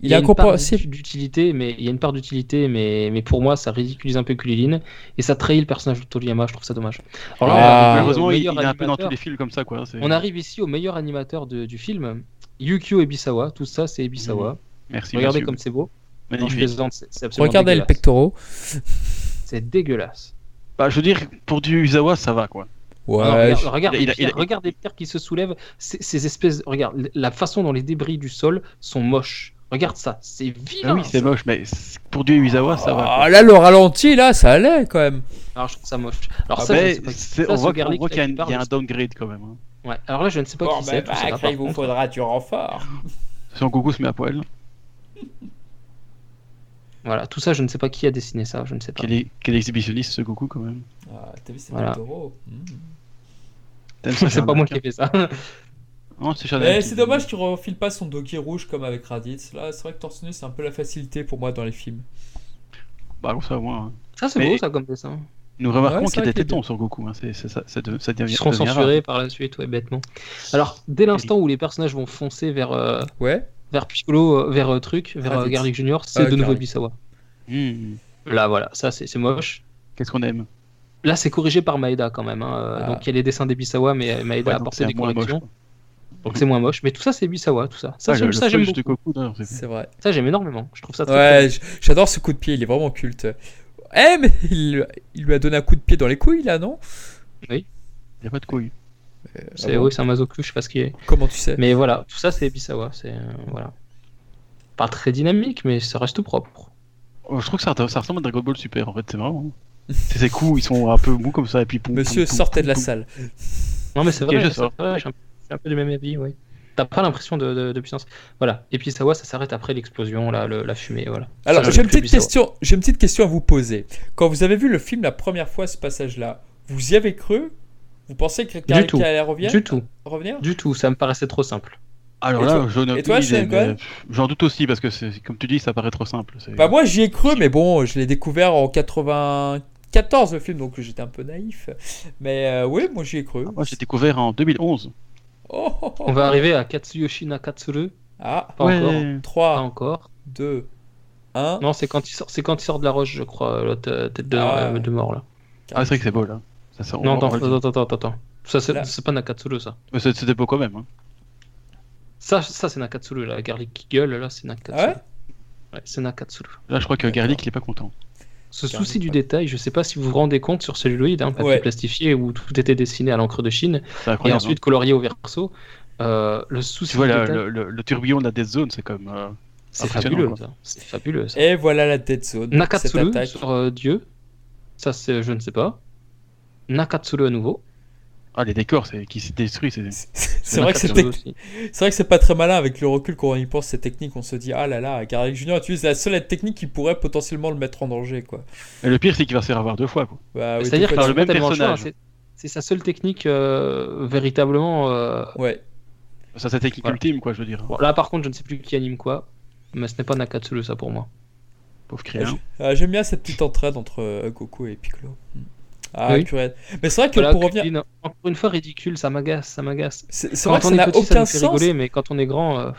A: Il, est
C: y a une part
A: incompréhensible.
C: d'utilité, mais il y a une part d'utilité, mais, mais pour moi, ça ridiculise un peu Kulilin et ça trahit le personnage de Toriyama. Je trouve ça dommage. Alors Oh là,
A: Ah.
C: on arrive au
B: Malheureusement, il,
C: meilleur
B: il est un peu dans
C: animateur.
B: tous les fils comme ça, quoi. c'est-
C: On arrive ici au meilleur animateur de- du film, Yukio Ebisawa. Tout ça, c'est Ebisawa.
B: Merci.
C: Regardez
B: monsieur.
C: comme c'est beau. Non, je
B: Mhm. magnifique.
C: plaisante, c'est c'est absolument
A: Regardez le
C: dégueulasse.
A: pectoraux.
C: C'est dégueulasse.
B: Bah, je veux dire, pour du Uzawa, ça va, quoi.
A: Ouais,
C: Non, regarde,
A: je-
C: regarde,
B: il a-
C: les
B: il a-
C: pierres, regarde les pierres qui se soulèvent. Ces, ces espèces. Regarde, la façon dont les débris du sol sont moches. Regarde ça, c'est
B: Ah
C: vilain.
B: oui, c'est
C: ça.
B: moche, mais c'est- pour du Uzawa, ça va.
A: Ah, là, le ralenti, là, ça allait quand même.
C: Alors je trouve ça moche. Alors
B: Ah
C: ça,
B: ben,
C: je ne sais
B: c'est-
C: ça,
B: on
C: ce
B: voit, on
C: Garlic
B: voit
C: là
B: qu'il y a,
C: qui
B: un-
C: parle,
B: il y a un
C: c'est-
B: downgrade quand même. hein.
C: pas. Ouais. Alors là, je ne sais pas
A: ben,
C: qui
B: ben,
C: c'est. tout
A: bah,
B: bah,
C: ça, par contre.
A: faudra du renfort.
B: Son Goku se met à poil.
C: Voilà, tout ça, je ne sais pas qui a dessiné ça. Je ne sais pas.
B: Quel, est, quel exhibitionniste ce Goku quand même.
A: Ah, T'as vu, c'est Hmm.
C: Voilà.
B: T'aimes ça,
C: *laughs* *laughs* C'est pas
B: Charles
C: moi qui ai fait ça.
B: Non, c'est Chanel.
A: Eh, c'est dommage qu'il refile pas son doguier rouge comme avec Raditz. Là, c'est vrai que Torse nu, c'est un peu la facilité pour moi dans les films.
B: Bah, comme ça, au moins. hein.
C: Ça, c'est
B: Mais-
C: beau ça comme dessin.
B: Nous
A: Ouais,
B: remarquons
A: c'est
B: qu'il y a
A: vrai
B: des
A: qu'il y a
B: tétons sur Goku. Hein. c'est- c'est ça, ça, de- ça devient.
C: Ils seront
B: deviendra.
C: censurés par la suite, ouais, bêtement. Alors, dès l'instant où les personnages vont foncer vers. euh,
A: Ouais.
C: vers Piccolo, euh, vers euh, Truc, vers
A: Raditz.
C: euh, Garlic Junior,
A: Ah,
C: c'est de nouveau
A: Garlic.
C: Ebisawa.
B: Hmm,
C: Là, voilà, ça c'est c'est moche.
B: Qu'est-ce qu'on aime
C: Là, c'est corrigé par Maeda quand même. hein, euh,
A: Ah.
C: Donc il y a les dessins d'Ebisawa, mais euh, Maeda
B: Ouais,
C: a
B: donc
C: apporté
B: c'est
C: des
B: moins moche,
C: corrections.
B: quoi.
C: donc c'est moins moche. Mais tout ça, c'est Ebisawa, tout ça. Ça,
B: Ah,
C: j'aime-
B: le-
C: ça
B: le
C: j'aime
B: punch
C: beaucoup.
B: de Goku, d'ailleurs, c'est-
A: C'est vrai.
C: Ça, j'aime énormément. Je trouve ça très. très
A: Ouais,
C: bien.
A: j- j'adore ce coup de pied, il est vraiment culte. Eh, mais il, il lui a donné un coup de pied dans les couilles, là, non
B: Il y a pas de couilles.
C: C'est
A: Ah bon
C: oui, c'est un Mazoku, je sais pas ce qu'il est.
A: Comment tu sais
C: Mais voilà, tout ça, c'est Ebisawa. C'est euh, voilà. Pas très dynamique, mais ça reste tout propre.
B: Oh, je trouve que ça, ça ressemble à Dragon Ball Super en fait, c'est marrant. hein. c'est ses coups, ils sont un peu mous comme ça et puis poum,
A: Monsieur
B: poum, poum,
A: sortait de la
B: poum,
A: salle.
C: Non, mais c'est
B: Ok,
C: vrai.
B: je
C: c'est
B: sors.
C: vrai, Je suis un- je suis un peu du même avis, oui. T'as pas l'impression de, de- de puissance. Voilà. Ebisawa, ça s'arrête après l'explosion, là, le- la fumée, voilà.
A: Alors,
C: Ça,
A: j'ai une,
C: le plus
A: petite
C: bizarre.
A: question, j'ai une petite question à vous poser. Quand vous avez vu le film la première fois, ce passage-là, vous y avez cru Vous pensez que Carl
C: tout.
A: allait revenir,
C: Du tout.
A: revenir
C: Du tout, ça me paraissait trop simple.
B: poum. Alors
A: Et
B: là,
A: toi-
B: j'en ai
A: et toi,
B: aucune idée,
A: Shane Cohen
B: mais, pff, J'en doute aussi parce que c'est comme tu dis, ça paraît trop simple. c'est-
A: Bah, moi, j'y ai cru, mais bon, je l'ai découvert en 94, le film, donc j'étais un peu naïf. Mais euh, oui, moi, j'y ai cru.
B: Ah, Moi, j'ai découvert en 2011.
A: Oh, oh, oh.
C: On va arriver à Katsuyoshi Nakatsuru.
A: Ah,
C: Pas encore.
B: Ouais.
A: 3,
C: Pas encore.
A: 2, 1.
C: *laughs* Non, c'est quand il sort, c'est quand il sort de la roche, je crois, l'autre euh, tête de,
A: Ah.
C: euh, de mort là.
B: Ah, c'est vrai que c'est beau là. Ça, ça, on-
C: non,
B: on-
C: attends,
B: on-
C: attends, attends, attends, attends. Ça,
A: Là.
C: c'est, c'est pas Nakatsuru ça.
B: Mais c'est- C'était beau quand même. hein.
C: Ça, ça c'est Nakatsuru, là. Garlic qui gueule, là, c'est Nakatsuru.
A: Ah
C: Ouais, c'est Nakatsuru.
B: Là, je crois que Garlic, il est pas content.
C: Ce
A: Garlic,
C: souci du
A: ouais.
C: détail, je sais pas si vous vous rendez compte sur celluloïd, hein, papier
A: Ouais.
C: plastifié où tout était dessiné à l'encre de Chine
B: C'est
C: et
B: incroyable.
A: hein.
C: ensuite colorié au verso. euh, le
B: hein.
C: souci
B: Tu vois,
C: du
B: la-
C: détail,
B: le, le- le tourbillon de la Death Zone, c'est comme. euh,
C: c'est
B: impressionnant,
C: fabuleux.
B: quoi.
C: ça. C'est fabuleux. ça.
A: Et voilà la Dead Zone.
C: Nakatsuru
A: cette attaque.
C: sur euh, Dieu. Ça, c'est je ne sais pas. Nakatsuru à nouveau.
B: Ah, les décors c'est... qui se détruisent. C'est...
A: C'est vrai que
C: Nakatsuru
A: c'était.
C: aussi.
A: C'est vrai que c'est pas très malin avec le recul quand on y pense, ces techniques. On se dit, ah là là, Garlic Junior utilise la seule technique qui pourrait potentiellement le mettre en danger, quoi.
B: Et le pire, c'est qu'il va se faire avoir deux fois. Quoi.
A: Bah, oui,
C: C'est-à-dire
A: tout
C: que
A: à
B: par
A: fait.
B: le même
C: c'est Ah pas tellement le choix,
B: personnage.
C: c'est- C'est sa seule technique euh, véritablement. euh,
A: Ouais.
B: Ça, c'est la technique
C: Voilà.
B: ultime, quoi, je veux dire. hein.
C: bon, là, par contre, je ne sais plus qui anime quoi, mais ce n'est pas Nakatsuru, ça pour moi.
B: Pauvre Krillin.
A: Ah, J'aime bien cette petite entraide entre euh, Goku et Piccolo. Ah,
C: Oui.
A: purée. Mais c'est vrai que
C: Voilà,
A: pour revenir.
C: Krillin, Encore une fois, ridicule, ça m'agace, ça m'agace.
A: C'est c'est vrai
C: Quand
A: que ça
C: on est
A: n'a
C: petit, ça
A: aucun
C: nous fait
A: sens.
C: rigoler, mais quand on est grand, euh,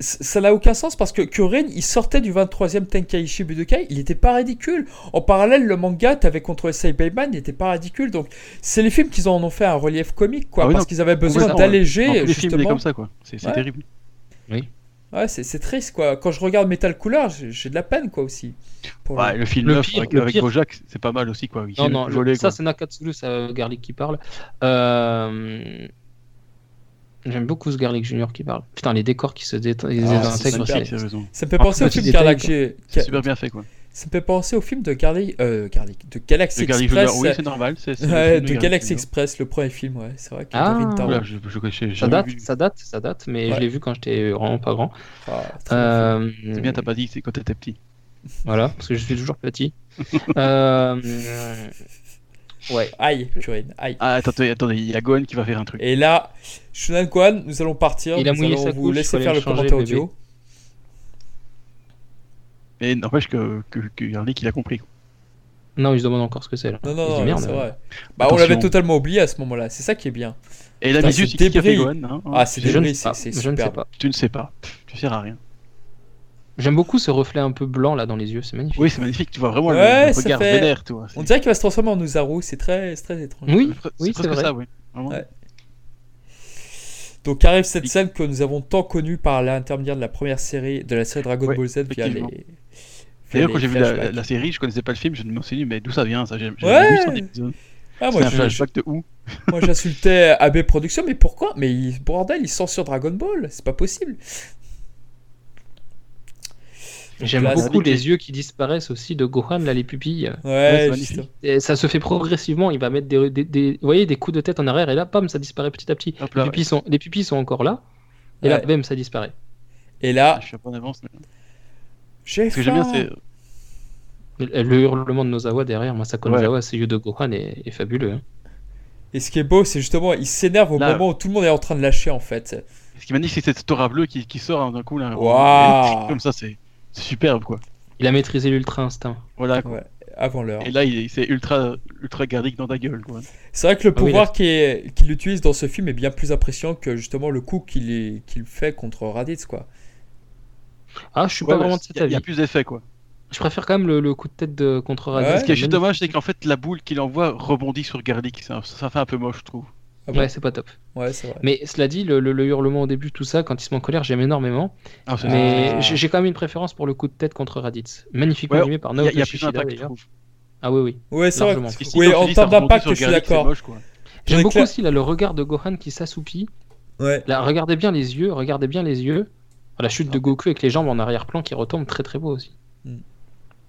A: C- ça n'a aucun sens parce que Kuren, il sortait du 23e Tenkaichi Budokai, il était pas ridicule. En parallèle, le manga, t'avais contrôlé Saibaiman, il était pas ridicule. Donc, c'est les films qu'ils en ont fait un relief comique, quoi,
B: Ah oui,
A: parce
B: non,
A: qu'ils avaient besoin
B: complètement, Dans
A: d'alléger,
B: tous les films, il est
A: justement.
B: comme ça, quoi. C'est, c'est
A: Ouais.
B: terrible.
A: Ouais, c'est c'est triste, quoi. Quand je regarde Metal Cooler, j'ai j'ai de la peine, quoi, aussi. Pour le-
B: Ouais, le film
C: Le
B: neuf
C: pire-
B: avec,
C: le
B: avec
C: pire-
B: Bojack, c'est pas mal aussi, quoi. Il
C: non,
B: s'est
C: non, le-
B: volé,
C: ça
B: quoi.
C: c'est Nakatsuru, c'est euh, Garlic qui parle. Euh, J'aime beaucoup ce Garlic Junior qui parle. Putain, les décors qui se déta- ils
A: Ah,
B: c'est
C: désintègrent,
B: super,
A: c'est-
B: sérieusement.
A: Ça me fait
C: Par
A: penser au
C: contre,
A: film
C: petit détail,
A: Garlic- Ga-
B: C'est super bien fait, quoi.
A: Ça me fait penser au film de Garlic, euh, Garlic, de Galaxy
B: Le Garlic
A: Express. euh,
B: Junior, oui, c'est normal. C'est, c'est le
A: Ouais,
B: film
A: de
B: Garlic
A: Galaxy
B: Junior.
A: Express, le premier film, ouais, c'est vrai. qu'il
C: Ah.
B: Oula, je, je, je- j'ai
C: ça
B: jamais
C: date,
B: vu.
C: ça date, ça date, mais
A: Ouais.
C: je l'ai vu quand j'étais vraiment pas grand. Euh,
B: C'est bien, t'as pas dit, c'est quand t'étais petit.
C: Voilà, parce que je suis
A: *laughs*
C: toujours petit. Euh, euh, Ouais.
A: Aïe, Kuren, aïe.
B: Ah, attendez, attendez, il y a Gohan qui va faire un truc.
A: Et là, Shunan Kwan, nous allons partir.
C: Il a
A: nous
C: mouillé
A: allons
C: sa
A: vous
C: couche,
A: laisser
C: fallait
A: faire
C: le
A: le
C: changer,
A: commentaire
C: bébé.
A: audio.
B: Mais n'empêche que, que, que Garlic, il a compris. quoi.
C: Non, il se demande encore ce que c'est. là.
A: Non,
C: Il se dit,
A: non, non,
C: merde.
A: c'est vrai. Bah, on
B: Attention.
A: l'avait totalement oublié à ce moment-là, c'est ça qui est bien.
B: Et la
A: Putain,
B: musique,
A: ce
B: c'est qui qui a fait
A: débris.
B: Gohan hein, hein
A: Ah, c'est
C: Je ne
A: débris,
C: sais
A: c'est
C: pas.
A: c'est
C: Je ne sais
A: superbe.
C: pas.
B: Tu ne sais pas. Pff, Tu sers à rien.
C: J'aime beaucoup ce reflet un peu blanc là dans les yeux, c'est magnifique.
B: Oui, c'est magnifique. Tu vois vraiment le-
A: Ouais,
B: le
A: ça
B: regard
A: fait-
B: vénère, tu vois.
A: On
B: C'est-
A: dirait qu'il va se transformer en Uzaru, c'est très, c'est très étrange.
C: Oui,
B: pre-
C: oui, c'est
B: presque
C: vrai.
B: ça, oui. Vraiment.
A: Ouais. Donc arrive cette scène que nous avons tant connue par l'intermédiaire de la première série, de la série Dragon
B: Ouais,
A: Ball Z via les.
B: effectivement.
A: via
B: D'ailleurs,
A: les
B: quand j'ai vu la,
A: flashbacks.
B: la série, je connaissais pas le film, je me suis dit, mais d'où ça vient ça J'ai j'ai
A: Ouais.
B: vu son épisode.
A: Ah,
B: C'est
A: moi,
B: un
A: je-
B: flashback de où
A: moi, j'insultais AB Productions, mais pourquoi Mais il, bordel, il censure Dragon Ball, c'est pas possible.
C: J'aime
A: Là,
C: beaucoup
B: c'est-
C: les yeux qui disparaissent aussi de Gohan là, les pupilles.
A: Ouais,
B: c'est
A: juste-
B: magnifique.
C: Et ça se fait progressivement. Il va mettre des, des, des- vous voyez, des coups de tête en arrière et là, pam, ça disparaît petit à petit.
B: Hop
C: Les
B: là,
C: pupilles sont, les pupilles sont encore là. Et là,
A: Ouais.
C: bam, ça disparaît.
A: Et
B: ouais,
A: là,
B: je suis un peu en avance. mais- Ce
A: j'ai
B: que j'aime bien,
A: faim.
B: c'est.
C: Le, le hurlement de Nozawa derrière, Masako
B: Ouais.
C: Nozawa, ces yeux de Gohan est, est fabuleux. hein.
A: Et ce qui est beau, c'est justement, il s'énerve au
B: Là.
A: moment où tout le monde est en train de lâcher, en fait.
B: Ce qui m'a dit, c'est cette Tora bleue qui, qui sort hein, d'un coup. là.
A: Waouh.
B: Comme ça, c'est c'est superbe, quoi.
C: Il a maîtrisé l'ultra instinct.
B: Voilà, quoi.
A: Ouais, avant l'heure.
B: Et là, il est- c'est ultra, ultra garlic dans ta gueule, quoi.
A: C'est vrai que le
C: Ah oui,
A: pouvoir qui est- qu'il utilise dans ce film est bien plus impressionnant que justement le coup qu'il est- qu'il fait contre Raditz, quoi.
C: Ah, je suis
B: Ouais,
C: pas
B: ouais,
C: vraiment de
B: il
C: cet
B: y a- il y,
C: avis.
B: a plus d'effet, quoi.
C: Je préfère quand même le, le coup de tête de contre Raditz.
A: Ouais.
B: Ce qui est
C: qui est
B: juste dommage, c'est qu'en fait, la boule qu'il envoie rebondit sur garlic. Ça, ça fait un peu moche, je trouve.
A: Ah
C: magnifique.
A: bon
C: Ouais, c'est pas top.
A: Ouais, c'est vrai.
C: Mais cela dit, le, le- le hurlement au début, tout ça, quand il se met en colère, j'aime énormément.
B: Ah, c'est-
C: Mais
A: Ah.
C: j'ai j'ai quand même une préférence pour le coup de tête contre Raditz. Magnifiquement
B: Ouais,
C: animé par
B: Il y a-
C: Naoto
B: il y, a plus
C: Yoshida,
B: d'impact, je
C: d'ailleurs.
B: trouve.
C: Ah oui, oui.
A: Ouais, c'est vrai.
C: Largement.
B: Parce que si,
A: Oui,
B: comme je
A: en
B: te dis, ça
A: termes
B: rebondit
A: d'impact,
B: sur
A: je suis
B: Garlic, c'est
A: d'accord.
B: moche, quoi.
A: J'en ai
C: J'aime beaucoup
A: clair-
C: aussi là, le regard de Gohan qui s'assoupit.
A: Ouais.
C: Là, regardez bien les yeux, regardez bien les yeux. Ah, La chute de Goku avec les jambes en arrière-plan qui retombent, très très beau aussi.
A: Mm.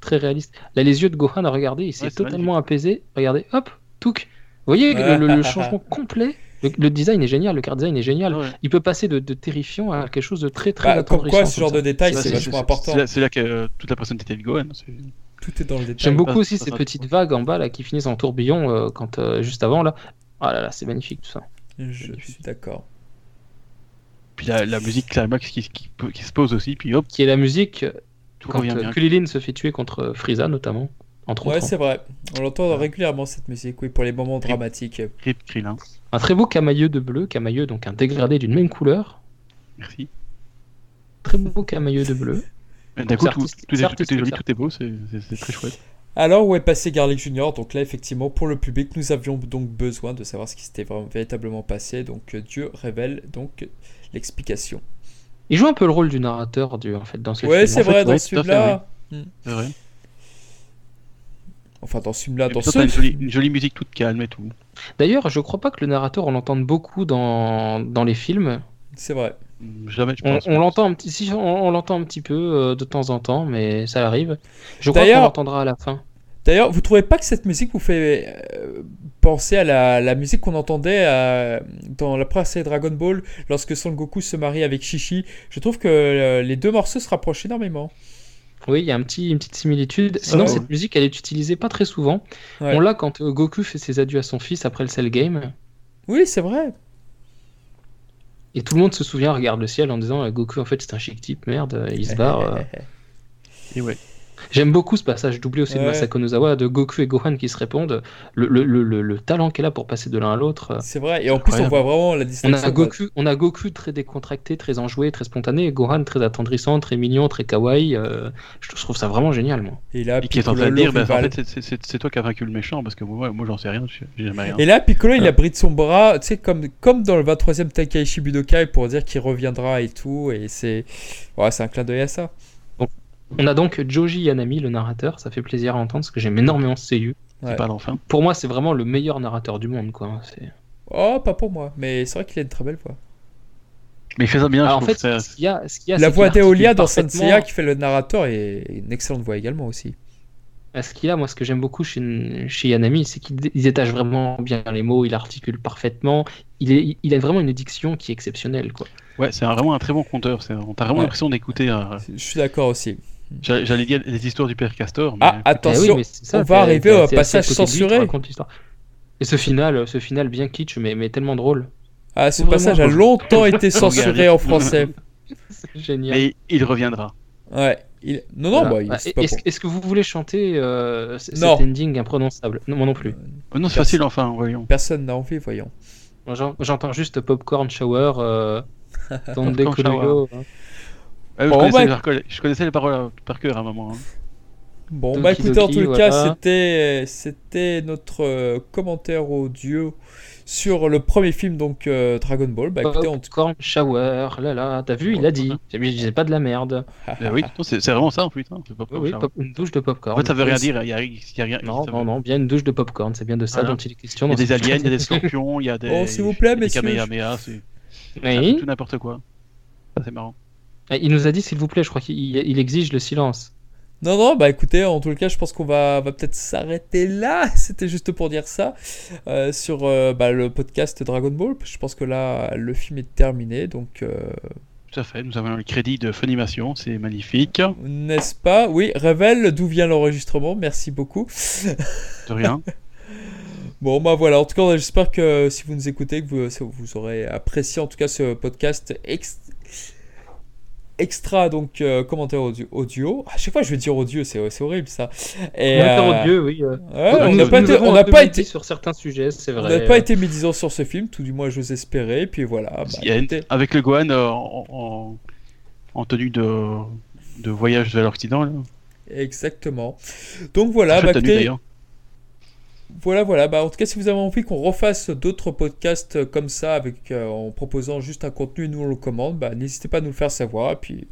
C: Très réaliste. Là, les yeux de Gohan, regardez, il s'est
B: Ouais, c'est
C: totalement apaisé. Regardez, hop, touk. Vous voyez le, le- le changement complet le, le design est génial, le car design est génial.
B: Ouais.
C: Il peut passer de, de terrifiant à quelque chose de très très
A: Bah, comme
C: attendrissant,
A: quoi, ce genre
C: ça.
A: de détail,
B: Ça,
A: c'est
B: c'est-
A: vachement
B: C'est
A: important.
B: là, c'est là que euh, toute la personnalité de Gohan. c'est-
A: Tout est dans le détail.
C: J'aime beaucoup
B: ça,
C: aussi
B: bah, ça,
C: ces
B: ça,
C: petites vagues en bas là qui finissent en tourbillon euh, quand euh, juste avant là. Ah là là, c'est magnifique tout ça.
A: Je suis d'accord.
B: Puis la, la musique climax qui, qui, qui se pose aussi, puis hop,
C: Qui est la musique euh,
B: tout
C: quand
B: revient
C: euh,
B: bien.
C: Kulilin se fait tuer contre euh, Frieza notamment. Entre
A: Ouais,
C: autres.
A: c'est vrai. On l'entend régulièrement, cette musique, oui, pour les moments dramatiques.
B: Rip Krillin,
C: Un très beau camailleux de bleu, camailleux donc un dégradé d'une même couleur.
B: merci.
C: Très beau camailleux de bleu.
B: Mais D'un coup, tout,
C: artistique,
B: tout, est,
C: c'est
B: tout est joli,
C: artistique, ça.
B: tout est beau, c'est c'est- c'est très chouette.
A: Alors où est passé Garlic Junior Donc là, effectivement, pour le public, nous avions donc besoin de savoir ce qui s'était vraiment- véritablement passé. Donc euh, Dieu révèle donc euh, l'explication.
C: Il joue un peu le rôle du narrateur du, en fait, dans ce
A: Ouais,
C: film.
A: c'est
B: en fait,
A: vrai, dans
B: ouais,
A: ce
B: tout à fait,
A: film-là.
B: C'est vrai.
A: Enfin, dans ce film-là,
B: Et
A: dans
B: puis toi, t'as
A: ce
B: une jolie, une jolie musique toute calme et tout.
C: D'ailleurs, je crois pas que le narrateur, on l'entende beaucoup dans, dans les films.
A: C'est vrai.
B: Jamais, je
C: On,
B: pense.
C: on l'entend un petit, si, on, on l'entend un petit peu euh, de temps en temps, mais ça arrive. Je crois
A: D'ailleurs-
C: qu'on l'entendra à la fin.
A: D'ailleurs, vous trouvez pas que cette musique vous fait euh, penser à la, la musique qu'on entendait euh, dans la Prince et Dragon Ball lorsque Son Goku se marie avec Shishi Je trouve que euh, les deux morceaux se rapprochent énormément.
C: Oui, il y a un petit, une petite similitude. Sinon,
A: ouais.
C: cette musique, elle est utilisée pas très souvent.
A: Euh, Ouais.
C: On l'a quand euh, Goku fait ses adieux à son fils après le Cell Game.
A: Oui, c'est vrai.
C: Et tout le monde se souvient, regarde le ciel en disant euh, Goku, en fait, c'est un chic type, merde, euh, il se
A: *laughs*
C: barre. euh.
B: Et ouais.
C: J'aime beaucoup ce passage doublé aussi de
A: Ouais.
C: Masako Nozawa, de Goku et Gohan qui se répondent. Le, le, le, le, le talent qu'elle a pour passer de l'un à l'autre. euh.
A: C'est vrai. Et en plus, on
B: Incroyable.
A: voit vraiment la
C: On
A: distinction.
C: a, Goku, on a Goku très décontracté, très enjoué, très spontané, et Gohan très attendrissant, très mignon, très kawaii. euh, je je trouve ça vraiment génial, moi.
A: Et là,
B: Et qui est en
A: Piccolo,
B: train de
A: Ah, le
B: dire, bah, en
A: rival.
B: fait, c'est- c'est- c'est c'est toi qui as vaincu le méchant, parce que moi, moi j'en sais rien, je- j'ai jamais rien.
A: Et là, Piccolo, il
B: Ouais.
A: abrite son bras, tu sais, comme, comme dans le 23e Takaishi Budokai pour dire qu'il reviendra et tout. Et c'est ouais, c'est un clin d'œil à ça.
C: On a donc Joji Yanami, le narrateur. Ça fait plaisir à entendre, parce que j'aime énormément ce seiyuu.
A: ouais.
B: C'est pas l'enfin.
C: Pour moi, c'est vraiment le meilleur narrateur du monde, quoi. C'est-
A: Oh, pas pour moi. Mais c'est vrai qu'il a une très belle voix.
B: Mais il fait ça bien,
C: Alors, en
B: Ah, je trouve.
C: fait,
B: ça-
C: ce qu'il y a, ce qu'il y a,
A: La
C: Ah, c'est qu'il
A: voix
C: articule
A: d'Eolia dans Saint
C: parfaitement-
A: Seiya qui fait le narrateur est une excellente voix également aussi.
C: Ce qu'il y a, moi, ce que j'aime beaucoup chez, chez Yanami, c'est qu'il dé- il détache vraiment bien les mots, il articule parfaitement. Il, est, il a vraiment une diction qui est exceptionnelle, quoi.
B: Ouais, c'est un- vraiment un très bon conteur. c'est- On a vraiment
A: Ouais.
B: l'impression d'écouter. euh,
A: Je suis d'accord aussi.
B: J'allais j'allais dire les histoires du père Castor.
A: Ah,
B: mais-
C: Eh oui,
A: attention,
C: mais c'est ça,
A: on va
C: t'es-
A: arriver
C: t'es-
A: au
C: t'es assis à
A: passage
C: côté de lui,
A: censuré.
C: tu racontes l'histoire. Et ce final, ce final bien kitsch, mais, mais tellement drôle.
A: Ah, ce
C: Vraiment.
A: passage a longtemps
C: *laughs*
A: été censuré en français.
C: C'est génial.
B: mais il reviendra.
A: Ouais. il- Non, non,
C: Voilà.
A: bah, il- c'est
C: Et-
A: pas
C: Est-ce
A: pour-
C: est-ce que vous voulez chanter euh, c-
A: Non.
C: cet ending imprononçable Non, moi non plus.
B: Oh non,
A: Merci.
B: c'est facile, enfin, voyons.
A: personne n'a envie, voyons.
C: Moi, j'en- J'entends juste Popcorn Shower, euh, Tonde
B: Popcorn
C: Kuruyo, hein.
B: Ah oui,
A: Bon,
B: je, connaissais
A: bah-
B: les paroles- je connaissais les paroles euh, par cœur à un moment. hein.
A: Bon,
C: Donc,
A: bah écoutez, en
C: Kidoki,
A: tout
C: voilà.
A: cas, c'était, c'était notre euh, commentaire audio sur le premier film, donc euh, Dragon Ball.
C: Ah.
A: Bah écoutez, en tout
C: Popcorn Shower, là là, t'as vu, il a dit. J'ai vu, Je disais pas de la merde.
A: cas.
B: Eh oui, non, c'est c'est vraiment ça, putain. c'est pas
C: Oui,
B: comme
C: oui,
B: ça. hein.
C: pop- une douche de popcorn.
B: En fait, ça veut rien
C: Oui,
B: dire. Il y a, il y a rien.
C: Non,
B: ça veut-
C: non, non, bien une douche de popcorn, c'est bien de ça
B: Voilà.
C: dont il est question.
B: Il y a
C: dans
B: des
C: cette-
B: aliens, il y a des scorpions, il y a des.
A: Oh, s'il vous plaît,
B: il y a des
A: messieurs, je-
B: Kamehameha, c'est c'est un peu
C: Oui.
B: tout n'importe quoi. Ça, C'est marrant.
C: Eh, Il nous a dit, s'il vous plaît, je crois qu'il il exige le silence.
A: Non, non, bah écoutez, en tout cas, je pense qu'on va, va peut-être s'arrêter là. *laughs* C'était juste pour dire ça euh, sur euh, bah, le podcast Dragon Ball. Je pense que là, le film est terminé, donc euh,
B: Tout à fait. Nous avons le crédit de Funimation, c'est magnifique.
A: n'est-ce pas Oui, révèle d'où vient l'enregistrement. Merci beaucoup. *laughs*
B: De rien.
A: Bah, Bon, bah voilà, en tout cas, j'espère que euh, si vous nous écoutez, que vous, ça- vous aurez apprécié en tout cas ce podcast ex- extra, donc euh, commentaire audio, audio. À chaque fois, je vais dire audio, c'est c'est horrible ça. Et,
C: Commentaire
A: euh,
C: odieux, oui. euh.
A: ouais,
B: Nous-
A: on
B: nous
A: n'a pas
B: avons
A: été- on n'a pas
C: dit
A: été.
C: sur certains sujets, c'est
A: On
C: vrai.
A: n'a pas été médisant sur ce film, tout du moins j'ose espérer, et puis voilà. bah,
B: Il y a une-
A: écoutez,
B: Avec le Gohan euh, en, en- en tenue de, de voyage vers l'Occident. là.
A: Exactement. Donc voilà,
B: Très
A: bah,
B: tenue,
A: écoutez,
B: d'ailleurs.
A: voilà, voilà. Bah, en tout cas, si vous avez envie qu'on refasse d'autres podcasts euh, comme ça, avec, euh, en proposant juste un contenu, nous on le commande, bah, n'hésitez pas à nous le faire savoir, et puis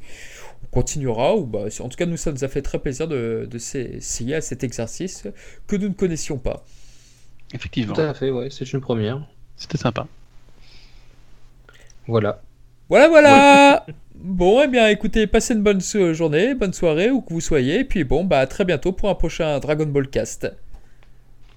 A: on continuera. Ou bah, en tout cas, nous, ça nous a fait très plaisir de, de s'essayer à cet exercice que nous ne connaissions pas.
B: Effectivement.
C: Tout à fait, ouais, c'est une première.
B: C'était sympa.
C: Voilà.
A: Voilà, voilà Bon, eh bien, écoutez, passez une bonne so- journée, bonne soirée, où que vous soyez, et puis bon, bah, à très bientôt pour un prochain Dragon Ball Cast.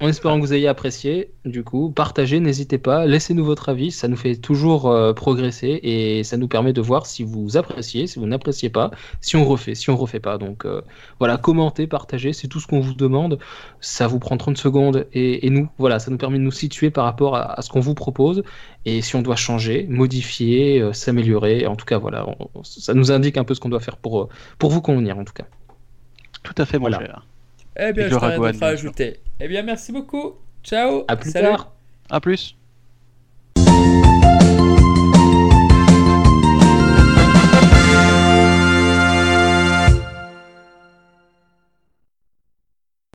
C: En espérant que vous ayez apprécié, du coup, partagez, n'hésitez pas, laissez-nous votre avis, ça nous fait toujours euh, progresser et ça nous permet de voir si vous appréciez, si vous n'appréciez pas, si on refait, si on refait pas. Donc euh, voilà, commentez, partagez, c'est tout ce qu'on vous demande. Ça vous prend 30 secondes et, et nous, voilà, ça nous permet de nous situer par rapport à, à ce qu'on vous propose et si on doit changer, modifier, euh, s'améliorer. En tout cas, voilà, on- on- ça nous indique un peu ce qu'on doit faire pour, euh, pour vous convenir, en tout cas.
B: Tout à fait, mon
C: Voilà.
B: cher.
A: Eh bien,
B: Et
A: je
B: le
A: t'ai rien
B: Ragohan,
A: d'autre à
B: bien sûr.
A: ajouter. Eh bien, merci beaucoup. Ciao.
C: À plus
A: Salut.
C: tard.
B: À plus.